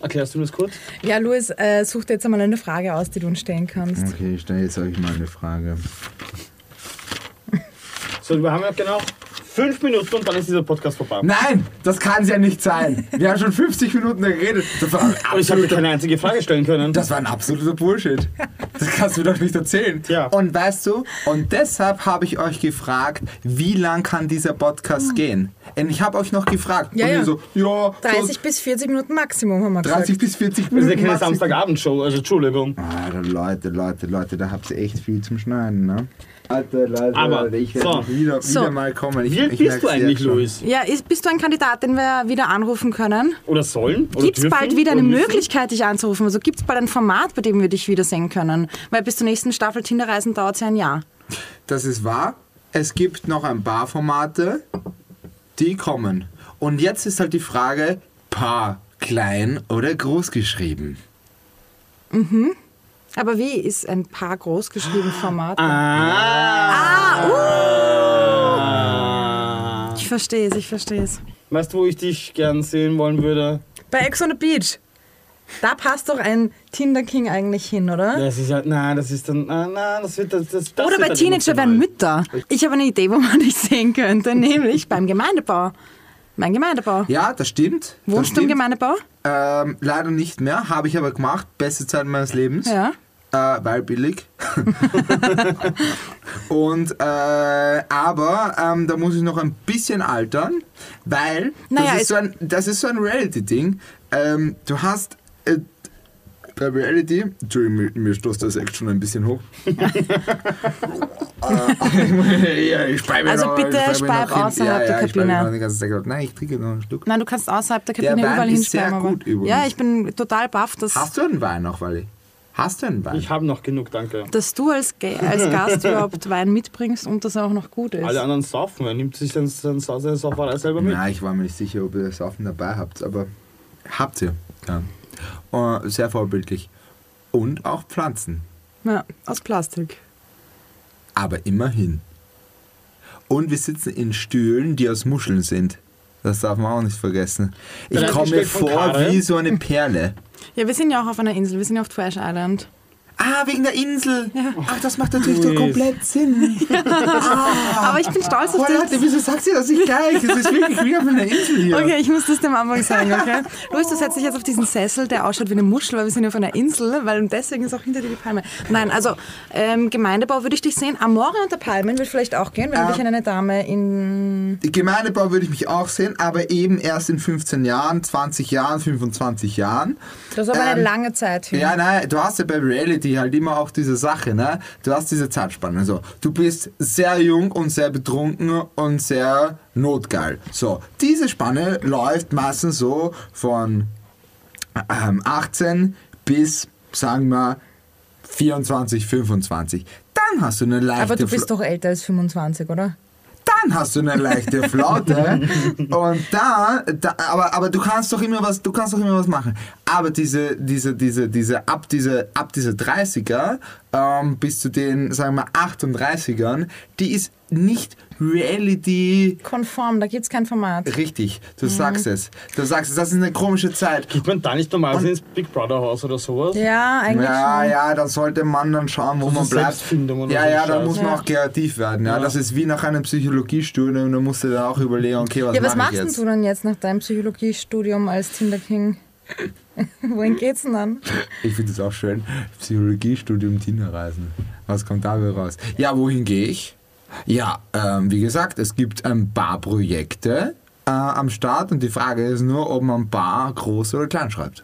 Speaker 1: Erklärst du das kurz?
Speaker 2: Ja, Luis, äh, such dir jetzt einmal eine Frage aus, die du uns stellen kannst.
Speaker 3: Okay, ich stelle jetzt euch mal eine Frage.
Speaker 1: So, wir haben ja genau fünf Minuten und dann ist dieser Podcast vorbei.
Speaker 3: Nein, das kann es ja nicht sein. Wir haben schon 50 Minuten geredet. Das war ein
Speaker 1: Aber ich habe mir
Speaker 3: absoluter-
Speaker 1: keine einzige Frage stellen können.
Speaker 3: Das war ein absoluter Bullshit. Das kannst du mir doch nicht erzählen.
Speaker 1: Tja.
Speaker 3: Und weißt du, und deshalb habe ich euch gefragt, wie lang kann dieser Podcast gehen? Und ich habe euch noch gefragt.
Speaker 2: Hm. Ja,
Speaker 3: und ihr
Speaker 2: ja.
Speaker 3: so, ja,
Speaker 2: 30
Speaker 3: so
Speaker 2: bis 40 Minuten Maximum haben wir gesagt.
Speaker 3: 30 bis 40
Speaker 1: das
Speaker 3: Minuten.
Speaker 1: ist ja keine
Speaker 3: maximal.
Speaker 1: Samstagabendshow, also Entschuldigung.
Speaker 3: Alter, Leute, Leute, Leute, da habt ihr echt viel zum Schneiden, ne? Alter, Leute,
Speaker 1: Aber,
Speaker 3: Leute, ich werde
Speaker 1: so.
Speaker 3: noch wieder, wieder
Speaker 2: So.
Speaker 3: mal kommen. Ich,
Speaker 1: Wie alt
Speaker 3: ich
Speaker 1: bist du
Speaker 3: merk's jetzt
Speaker 1: eigentlich,
Speaker 3: schon.
Speaker 1: Luis?
Speaker 2: Ja, ist, bist du ein Kandidat, den wir wieder anrufen können?
Speaker 1: Oder sollen? Oder
Speaker 2: Gibt es
Speaker 1: dürfen?
Speaker 2: bald wieder
Speaker 1: Oder
Speaker 2: eine
Speaker 1: müssen?
Speaker 2: Möglichkeit, dich anzurufen? Also gibt es bald ein Format, bei dem wir dich wiedersehen können? Weil bis zur nächsten Staffel Tinderreisen dauert es ja ein Jahr.
Speaker 3: Das ist wahr. Es gibt noch ein paar Formate, die kommen. Und jetzt ist halt die Frage, Paar klein oder groß geschrieben?
Speaker 2: Aber wie ist ein paar großgeschrieben Format? Ah, uh!
Speaker 1: Ah.
Speaker 2: Ich verstehe es, ich verstehe es.
Speaker 1: Weißt du, wo ich dich gern sehen wollen würde?
Speaker 2: Bei Ex on the Beach. Da passt doch ein Tinder King eigentlich hin, oder?
Speaker 1: Das ist halt, nein, das ist dann, nein, nein, das wird, das, das das
Speaker 2: oder
Speaker 1: wird
Speaker 2: bei
Speaker 1: dann
Speaker 2: Teenager
Speaker 1: emotional.
Speaker 2: werden Mütter. Ich habe eine Idee, wo man dich sehen könnte, nämlich beim Gemeindebau. Mein Gemeindebau.
Speaker 3: Ja, das stimmt.
Speaker 2: Wohnst du
Speaker 3: das
Speaker 2: im
Speaker 3: stimmt.
Speaker 2: Gemeindebau?
Speaker 3: Ähm, leider nicht mehr, habe ich aber gemacht. Beste Zeit meines Lebens.
Speaker 2: Ja.
Speaker 3: Äh, weil billig. [laughs] Und, äh, aber ähm, da muss ich noch ein bisschen altern, weil
Speaker 2: Naja,
Speaker 3: das,
Speaker 2: es-
Speaker 3: ist so ein, das ist so ein Reality-Ding. Ähm, du hast äh, bei Reality, Entschuldigung, mir, mir stoßt das echt schon ein
Speaker 2: [laughs]
Speaker 3: bisschen hoch. Äh, [laughs] ja, ich speibe
Speaker 2: Also
Speaker 3: noch,
Speaker 2: bitte
Speaker 3: ich speibe
Speaker 2: speib
Speaker 3: noch hin.
Speaker 2: außerhalb
Speaker 3: ja,
Speaker 2: der
Speaker 3: ja, Ich speibe
Speaker 2: Kabine.
Speaker 3: noch die ganze Zeit. Nein, ich trinke noch einen Schluck.
Speaker 2: Nein, du kannst außerhalb der Kabine
Speaker 3: Wein
Speaker 2: überall
Speaker 3: ist sehr
Speaker 2: hinsperren. aber-
Speaker 3: gut übrigens.
Speaker 2: Ja, ich bin total baff, dass,
Speaker 3: Hast du einen Wein noch, Wally? Hast du einen Wein?
Speaker 1: Ich habe noch genug, danke.
Speaker 2: dass du als, Ge- als
Speaker 3: [laughs]
Speaker 2: Gast überhaupt Wein mitbringst und das auch noch gut ist.
Speaker 1: Alle anderen saufen, er nimmt sich dann seine Sauferei selber mit.
Speaker 3: Na, ich war mir nicht sicher, ob ihr das offen dabei habt, aber habt ihr. Ja. Äh, sehr vorbildlich. Und auch Pflanzen.
Speaker 2: Ja, aus Plastik.
Speaker 3: Aber immerhin. Und wir sitzen in Stühlen, die aus Muscheln sind. Das darf man auch nicht vergessen. Ich
Speaker 1: Bereitgestellt
Speaker 3: komme mir
Speaker 1: von
Speaker 3: vor
Speaker 1: Karin.
Speaker 3: wie so eine Perle.
Speaker 2: Ja, wir sind ja auch auf einer Insel, wir sind ja auf Trash Island.
Speaker 3: Ah, wegen der Insel.
Speaker 2: Ja.
Speaker 3: Ach, das macht natürlich doch
Speaker 1: Luis.
Speaker 2: [laughs]
Speaker 3: komplett Sinn. Ah.
Speaker 2: Aber ich bin stolz auf
Speaker 3: Boah,
Speaker 2: dich.
Speaker 3: Leute, wieso sagt ihr das nicht gleich? Das ist wirklich wie auf einer Insel hier.
Speaker 2: Okay, ich muss das dem Anfang sagen, okay? Luis, du setzt dich jetzt auf diesen Sessel, der ausschaut wie eine Muschel, weil wir sind ja auf einer Insel, weil und deswegen ist auch hinter dir die Palme. Nein, also ähm, Gemeindebau würde ich dich sehen. Amore unter Palmen würde vielleicht auch gehen, wenn du
Speaker 3: Ähm.
Speaker 2: dich an eine Dame in...
Speaker 3: Die Gemeindebau würde ich mich auch sehen, aber eben erst in 15 Jahren, 20 Jahren, 25 Jahren.
Speaker 2: Das ist aber eine
Speaker 3: Ähm,
Speaker 2: lange Zeit hin.
Speaker 3: Ja, nein, du hast ja bei Reality halt immer auch diese Sache, ne? Du hast diese Zeitspanne. So, du bist sehr jung und sehr betrunken und sehr notgeil. So, diese Spanne läuft meistens so von ähm, 18 bis, sagen wir, 24, 25. Dann hast du eine leichte
Speaker 2: aber du
Speaker 3: Fl-
Speaker 2: bist doch älter als 25, oder?
Speaker 3: dann hast du eine leichte Flaute
Speaker 1: [laughs]
Speaker 3: und da, da aber, aber du kannst doch immer was du kannst doch immer was machen aber diese diese diese diese ab diese ab diese 30er ähm, bis zu den sagen wir 38ern die ist nicht Reality
Speaker 2: Konform, da gibt es kein Format.
Speaker 3: richtig du
Speaker 1: Mhm.
Speaker 3: sagst es du sagst es das ist eine komische Zeit
Speaker 1: Geht man da nicht normalerweise ins Big Brother Haus oder sowas?
Speaker 2: Ja, eigentlich
Speaker 3: ja,
Speaker 2: schon.
Speaker 3: ja, dann sollte man dann schauen, wo
Speaker 1: So
Speaker 3: man
Speaker 1: zur
Speaker 3: bleibt.
Speaker 1: Selbstfindung oder
Speaker 3: ja,
Speaker 1: so
Speaker 3: ja, dann
Speaker 1: Scheiß.
Speaker 3: muss man
Speaker 2: Ja.
Speaker 3: auch kreativ werden. Ja,
Speaker 1: Ja.
Speaker 3: Das ist wie nach einem Psychologiestudium, da musst du dann auch überlegen, okay, was,
Speaker 2: Ja, was
Speaker 3: mach
Speaker 2: machst
Speaker 3: ich
Speaker 2: denn
Speaker 3: jetzt?
Speaker 2: du denn jetzt nach deinem Psychologiestudium als Tinder King? [laughs] Wohin geht's denn dann?
Speaker 3: Ich finde es auch schön. Psychologiestudium Tinder-Reisen. Was kommt dabei raus? Ja, wohin gehe ich? Ja, ähm, wie gesagt, es gibt ein paar Projekte äh, am Start und die Frage ist nur, ob man paar groß oder klein schreibt.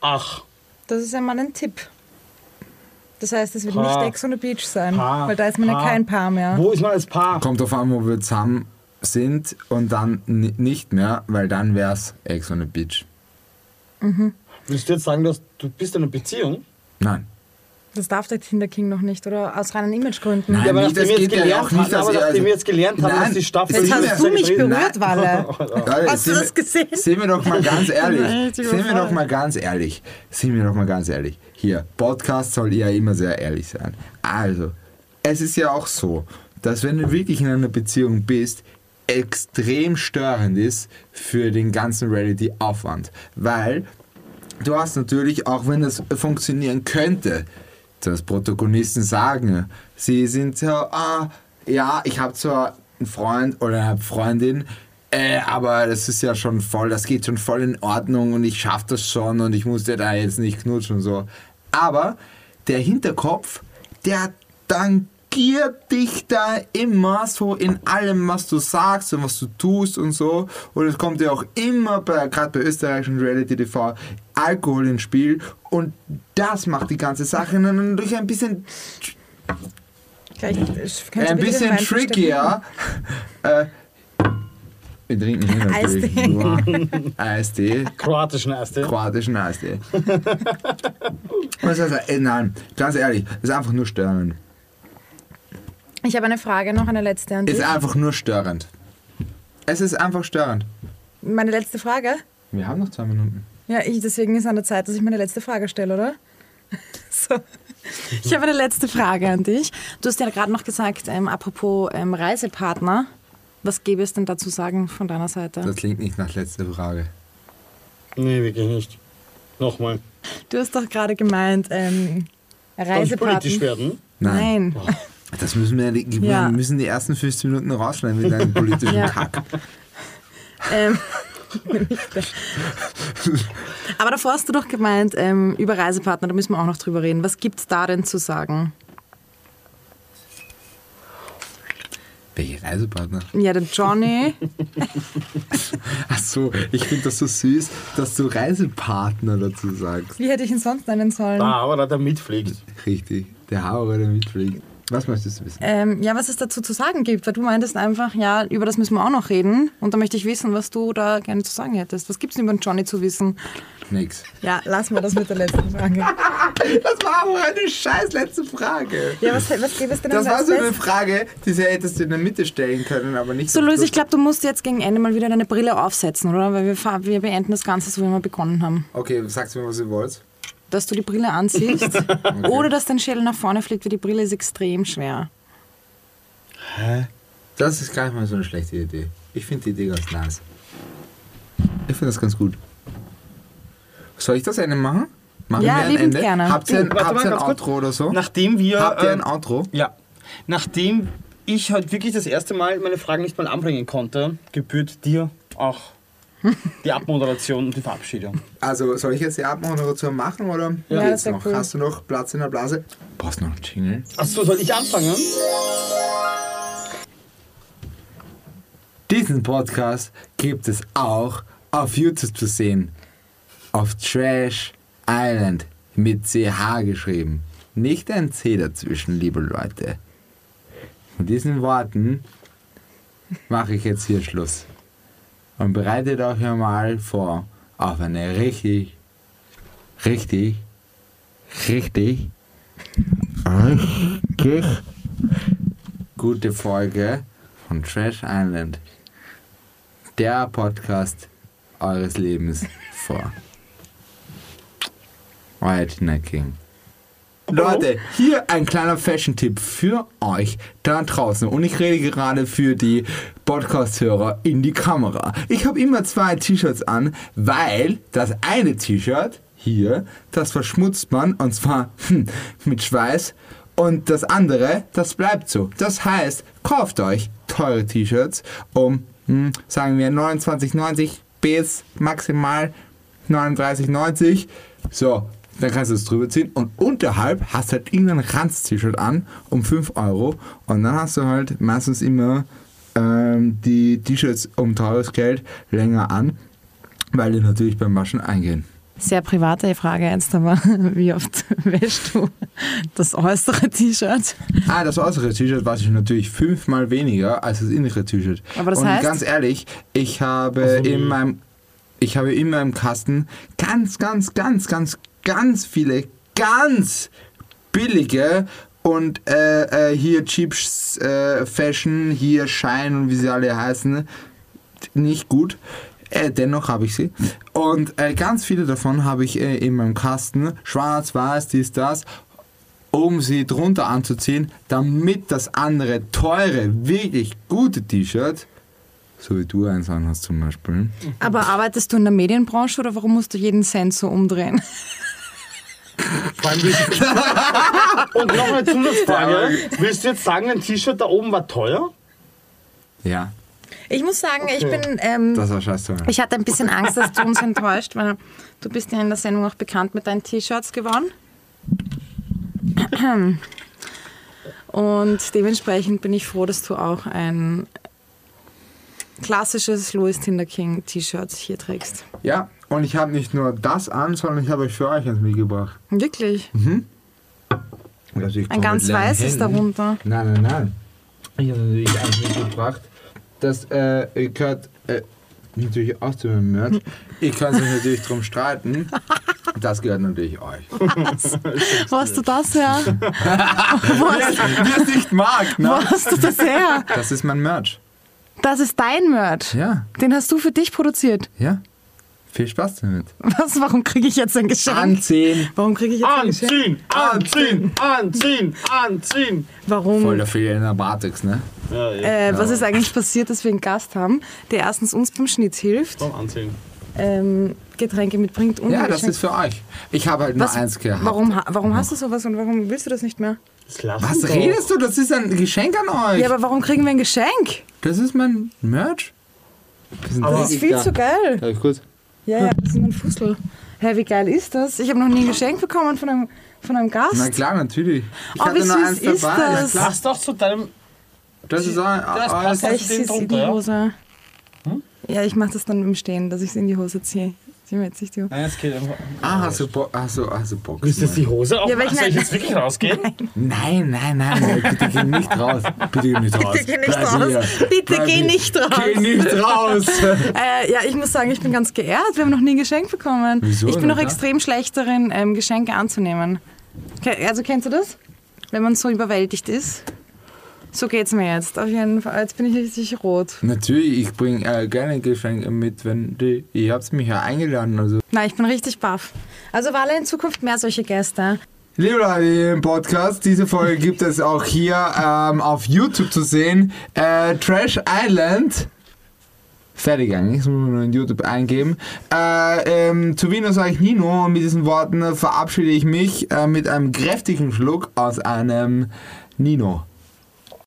Speaker 1: Ach,
Speaker 2: Das ist ja mal ein Tipp. Das heißt, es wird
Speaker 1: Paar.
Speaker 2: nicht Ex on the Beach sein,
Speaker 1: Paar.
Speaker 2: weil da ist man ja
Speaker 1: Paar.
Speaker 2: kein Paar mehr.
Speaker 1: wo ist man als Paar?
Speaker 3: Kommt auf an, wo wir zusammen sind und dann ni- nicht mehr, weil dann wär's Ex on the Beach.
Speaker 1: Willst du jetzt sagen, dass du bist in einer Beziehung?
Speaker 3: Nein.
Speaker 2: Das darf der Tinder King noch nicht, oder? Aus reinen Imagegründen.
Speaker 3: Nein.
Speaker 1: Ja, aber
Speaker 3: nicht,
Speaker 1: nachdem
Speaker 3: das
Speaker 1: wir jetzt
Speaker 3: geht ja
Speaker 1: gelernt
Speaker 3: auch nicht,
Speaker 1: haben,
Speaker 3: dass
Speaker 1: aber
Speaker 3: ihr-
Speaker 1: nachdem
Speaker 3: also-
Speaker 1: wir jetzt gelernt haben, dass
Speaker 3: Nein,
Speaker 1: die Staffel...
Speaker 3: das
Speaker 2: Jetzt
Speaker 3: Sehen
Speaker 2: hast
Speaker 3: wir-
Speaker 2: du mich berührt,
Speaker 3: Nein. [laughs]
Speaker 2: Walle.
Speaker 3: Leute,
Speaker 2: Oh. Hast du
Speaker 3: sind
Speaker 2: das
Speaker 3: wir-
Speaker 2: gesehen?
Speaker 3: Sind wir doch
Speaker 2: [laughs]
Speaker 3: mal ganz ehrlich.
Speaker 2: Richtig
Speaker 3: sind wir doch
Speaker 2: überfordert.
Speaker 3: mal ganz ehrlich. Sind wir doch mal ganz ehrlich. Hier, Podcast soll ja immer sehr ehrlich sein. Also, es ist ja auch so, dass wenn du wirklich in einer Beziehung bist, extrem störend ist für den ganzen Reality-Aufwand. Weil du hast natürlich, auch wenn es funktionieren könnte, dass Protagonisten sagen, sie sind so, ah, ja, ich habe zwar einen Freund oder eine Freundin, äh, aber das ist ja schon voll, das geht schon voll in Ordnung und ich schaffe das schon und ich muss dir da jetzt nicht knutschen und so. Aber der Hinterkopf, der tangiert dich da immer so in allem, was du sagst und was du tust und so. Und es kommt ja auch immer, bei, gerade bei österreichischen Reality TV, Alkohol ins Spiel. Und das macht die ganze Sache dann durch ein bisschen,
Speaker 2: Gleich, ich- kannst äh, du
Speaker 3: ein
Speaker 2: bitte den
Speaker 3: bisschen
Speaker 2: Wein verstecken?
Speaker 3: trickier. Äh, wir trinken hier natürlich
Speaker 2: Eistee.
Speaker 3: nur Eistee,
Speaker 1: Kroatischen erste.
Speaker 3: kroatischen Eistee. Was heißt, äh, nein, ganz ehrlich, das ist einfach nur störend.
Speaker 2: Ich habe eine Frage noch, eine letzte an dich.
Speaker 3: Ist einfach nur störend. Es ist einfach störend.
Speaker 2: Meine letzte Frage?
Speaker 3: Wir haben noch zwei Minuten.
Speaker 2: Ja, ich, deswegen ist an der Zeit, dass ich meine letzte Frage stelle, oder? [laughs] So. Ich habe eine letzte Frage an dich. Du hast ja gerade noch gesagt, ähm, apropos ähm, Reisepartner, was gäbe es denn dazu sagen von deiner Seite?
Speaker 3: Das klingt nicht nach letzter Frage.
Speaker 1: Nee, wirklich nicht. Nochmal.
Speaker 2: Du hast doch gerade gemeint, ähm,
Speaker 1: Soll ich politisch
Speaker 2: Reisepartner.
Speaker 1: werden?
Speaker 3: Nein.
Speaker 2: Nein. Oh.
Speaker 3: Das müssen wir, die,
Speaker 2: Ja.
Speaker 3: wir müssen die ersten 15 Minuten rausschneiden
Speaker 2: [laughs]
Speaker 3: mit einem politischen
Speaker 2: Ja.
Speaker 3: Kack.
Speaker 2: [laughs] ähm, nämlich der- Aber davor hast du doch gemeint, ähm, über Reisepartner, da müssen wir auch noch drüber reden. Was gibt's da denn zu sagen?
Speaker 3: Welche Reisepartner?
Speaker 2: Ja, der Johnny.
Speaker 3: Ach so, ich finde das so süß, dass du Reisepartner dazu
Speaker 2: [laughs]
Speaker 3: sagst.
Speaker 2: Wie hätte ich ihn sonst nennen sollen?
Speaker 1: Da, Ah, aber da der mitfliegt.
Speaker 3: Richtig. Der Hauer, der mitfliegt. Was möchtest du wissen?
Speaker 2: Ähm, ja, was es dazu zu sagen gibt, weil du meintest einfach, ja, über das müssen wir auch noch reden. Und da möchte ich wissen, was du da gerne zu sagen hättest. Was gibt's denn über den Johnny zu wissen?
Speaker 3: Nix.
Speaker 2: Ja, lassen wir das mit der letzten Frage.
Speaker 3: Das war aber eine scheiß letzte Frage.
Speaker 2: Ja, was, was gäbe es denn
Speaker 3: Das
Speaker 2: als
Speaker 3: war so eine
Speaker 2: letztes?
Speaker 3: Frage, die sie hättest du in der Mitte stellen können, aber nicht
Speaker 2: So,
Speaker 3: am
Speaker 2: Luis,
Speaker 3: Schluss.
Speaker 2: ich glaube, du musst jetzt gegen Ende mal wieder deine Brille aufsetzen, oder? Weil wir, fa- wir beenden das Ganze so, wie wir begonnen haben.
Speaker 3: Okay, sagst mir, was ihr wollt.
Speaker 2: Dass du die Brille anziehst oder dass dein Schädel nach vorne fliegt, weil die Brille ist extrem schwer.
Speaker 3: Hä? Das ist gar nicht mal so eine schlechte Idee. Ich finde die Idee ganz nice. Ich finde das ganz gut. Soll ich das eine machen? Machen
Speaker 2: Ja,
Speaker 3: wir ein
Speaker 2: liebend
Speaker 3: Ende?
Speaker 2: gerne.
Speaker 3: Habt ihr ein,
Speaker 1: Warte mal
Speaker 3: habt ihr ein
Speaker 1: ganz kurz.
Speaker 3: Outro oder so?
Speaker 1: Nachdem wir.
Speaker 3: habt ihr ein
Speaker 1: ähm,
Speaker 3: Outro?
Speaker 1: Ja. Nachdem ich halt wirklich das erste Mal meine Fragen nicht mal anbringen konnte, gebührt dir auch die Abmoderation und die Verabschiedung.
Speaker 3: Also soll ich jetzt die Abmoderation machen oder
Speaker 2: Ja,
Speaker 3: geht's
Speaker 2: sehr
Speaker 3: noch?
Speaker 2: cool.
Speaker 3: Hast du noch Platz in der Blase? Brauchst du noch einen Jingle?
Speaker 1: Achso, soll ich anfangen?
Speaker 3: Diesen Podcast gibt es auch auf YouTube zu sehen. Auf Trash Island mit CH geschrieben. Nicht ein C dazwischen, liebe Leute. Mit diesen Worten mache ich jetzt hier Schluss. Und bereitet euch einmal vor auf eine richtig, richtig, richtig, richtig gute Folge von Trash Island. Der Podcast eures Lebens vor. Euer Tina King. Leute, hier ein kleiner Fashion-Tipp für euch da draußen. Und ich rede gerade für die Podcast-Hörer in die Kamera. Ich habe immer zwei T-Shirts an, weil das eine T-Shirt hier, das verschmutzt man und zwar hm, mit Schweiß. Und das andere, das bleibt so. Das heißt, kauft euch teure T-Shirts um, hm, sagen wir, 29,90 bis maximal 39,90. So, dann kannst du es drüber ziehen und unterhalb hast du halt irgendein Ranz-T-Shirt an um 5 Euro und dann hast du halt meistens immer ähm, die T-Shirts um teures Geld länger an, weil die natürlich beim Waschen eingehen.
Speaker 2: Sehr private Frage jetzt, aber [laughs] wie oft wäschst du das äußere T-Shirt?
Speaker 3: [laughs] Ah, das äußere T-Shirt wasche ich natürlich fünfmal weniger als das innere T-Shirt.
Speaker 2: Aber das
Speaker 3: Und
Speaker 2: heißt?
Speaker 3: ganz ehrlich, ich habe in meinem ich habe in meinem Kasten ganz, ganz, ganz, ganz, ganz viele ganz billige und äh, äh, hier cheap äh, Fashion, hier Schein und wie sie alle heißen, nicht gut. Äh, dennoch habe ich sie. Und äh, ganz viele davon habe ich äh, in meinem Kasten. Schwarz, weiß, dies, das um sie drunter anzuziehen, damit das andere teure, wirklich gute T-Shirt, so wie du eins an hast zum Beispiel,
Speaker 2: Aber arbeitest du in der Medienbranche oder warum musst du jeden Cent so umdrehen?
Speaker 1: Vor allem willst [laughs] Und noch eine Zusatzfrage. Willst du jetzt sagen, ein T-Shirt da oben war teuer?
Speaker 3: ja,
Speaker 2: Ich muss sagen, ich bin. Ähm,
Speaker 3: das war scheiße.
Speaker 2: ich hatte ein bisschen Angst, dass du uns enttäuscht, weil du bist ja in der Sendung auch bekannt mit deinen T-Shirts geworden. Und dementsprechend bin ich froh, dass du auch ein klassisches Louis Tinder King T-Shirt hier trägst.
Speaker 3: Ja, und ich habe nicht nur das an, sondern ich habe euch für euch eins mitgebracht.
Speaker 2: Wirklich?
Speaker 3: Und natürlich
Speaker 2: Ein
Speaker 3: kommt
Speaker 2: ganz
Speaker 3: mit leeren
Speaker 2: weißes
Speaker 3: Händen.
Speaker 2: darunter.
Speaker 3: Nein, nein, nein. Ich habe natürlich eins mitgebracht. Das äh, gehört äh, natürlich auch zu meinem Merch. Ihr könnt euch natürlich
Speaker 2: [laughs]
Speaker 3: drum streiten. Das gehört natürlich euch.
Speaker 2: Wo hast du das her? Wo hast,
Speaker 3: Wer es nicht mag,
Speaker 2: wo
Speaker 3: ne?
Speaker 2: hast du das her?
Speaker 3: Das ist mein Merch.
Speaker 2: Das ist dein Merch.
Speaker 3: Ja,
Speaker 2: Den hast du für dich produziert.
Speaker 3: ja. Viel Spaß damit.
Speaker 2: Was? Warum kriege ich jetzt ein Geschenk?
Speaker 3: Anziehen.
Speaker 2: Warum kriege ich jetzt ein Geschenk?
Speaker 1: Anziehen, anziehen, anziehen, anziehen.
Speaker 3: Voll
Speaker 2: Warum?
Speaker 3: der Fehler in der Matrix, ne?
Speaker 1: Ja, ja.
Speaker 2: Äh, was ist eigentlich passiert, dass wir einen Gast haben, der erstens uns beim Schnitt hilft,
Speaker 1: Komm, anziehen.
Speaker 2: ähm, Getränke mitbringt und
Speaker 3: Ja,
Speaker 2: ein
Speaker 3: das
Speaker 2: Geschenk-
Speaker 3: ist für euch. Ich habe halt nur
Speaker 2: Was-
Speaker 3: eins gehabt.
Speaker 2: Warum, ha- warum hast du sowas und warum willst du das nicht mehr?
Speaker 1: Das lassen
Speaker 3: Was
Speaker 1: doch.
Speaker 3: redest du? Das ist ein Geschenk an euch.
Speaker 2: Ja, aber warum kriegen wir ein Geschenk?
Speaker 3: das ist mein Merch.
Speaker 1: Aber-
Speaker 2: Das ist viel zu geil.
Speaker 3: Ja, kurz.
Speaker 2: Ja, ja, das ist nur ein Fussel. Hä, wie geil ist das? Ich habe noch nie ein Geschenk bekommen von einem, von einem Gast.
Speaker 3: Na klar, natürlich. Ich
Speaker 2: Oh, wie
Speaker 3: hatte nur
Speaker 2: süß
Speaker 3: eins
Speaker 2: ist
Speaker 3: dabei.
Speaker 2: das?
Speaker 3: Ja, klar.
Speaker 1: Lass doch zu deinem.
Speaker 3: Das ist ein,
Speaker 1: Das passt
Speaker 3: alles-
Speaker 1: halt.
Speaker 2: ich
Speaker 1: du den
Speaker 2: zieh's in die
Speaker 1: drunter, ja?
Speaker 2: Hose.
Speaker 3: Hm?
Speaker 2: Ja, ich mache das dann im Stehen, dass ich es in die Hose ziehe. Sieh mir jetzt nicht die Hose.
Speaker 1: Nein, es geht einfach.
Speaker 3: Ah, hast du, Bo hast du, hast du Bock?
Speaker 1: Willst du jetzt die Hose
Speaker 2: Ja, weil ich
Speaker 1: aufmachen? Soll ich
Speaker 2: nein-
Speaker 1: jetzt wirklich rausgehen?
Speaker 3: Nein, nein, nein, nein, bitte geh
Speaker 2: [laughs]
Speaker 3: nicht raus. Bitte geh nicht raus.
Speaker 2: geh nicht
Speaker 3: Bleib
Speaker 2: raus.
Speaker 3: hier.
Speaker 2: Bitte
Speaker 3: Bleib
Speaker 2: geh
Speaker 3: hier.
Speaker 2: nicht raus.
Speaker 3: Geh nicht
Speaker 2: [laughs]
Speaker 3: raus.
Speaker 2: Äh, ja, ich muss sagen, ich bin ganz geehrt. Wir haben noch nie ein Geschenk bekommen.
Speaker 3: Wieso
Speaker 2: ich bin
Speaker 3: denn,
Speaker 2: noch
Speaker 3: ja?
Speaker 2: extrem schlecht darin, ähm, Geschenke anzunehmen. Ke- Also kennst du das? Wenn man so überwältigt ist. So geht's mir jetzt. Auf jeden Fall. Jetzt bin ich richtig rot.
Speaker 3: Natürlich, ich bringe äh, gerne Geschenke mit, wenn die, ihr habt mich ja eingeladen. Also.
Speaker 2: Nein, ich bin richtig baff. Also Wale, in Zukunft mehr solche Gäste.
Speaker 3: Liebe Leute hier im Podcast, diese Folge gibt es auch hier ähm, auf YouTube zu sehen. Äh, Trash Island Fertig eigentlich, das muss man nur in YouTube eingeben. Äh, ähm, zu Vino sage ich Nino und mit diesen Worten verabschiede ich mich äh, mit einem kräftigen Schluck aus einem Nino.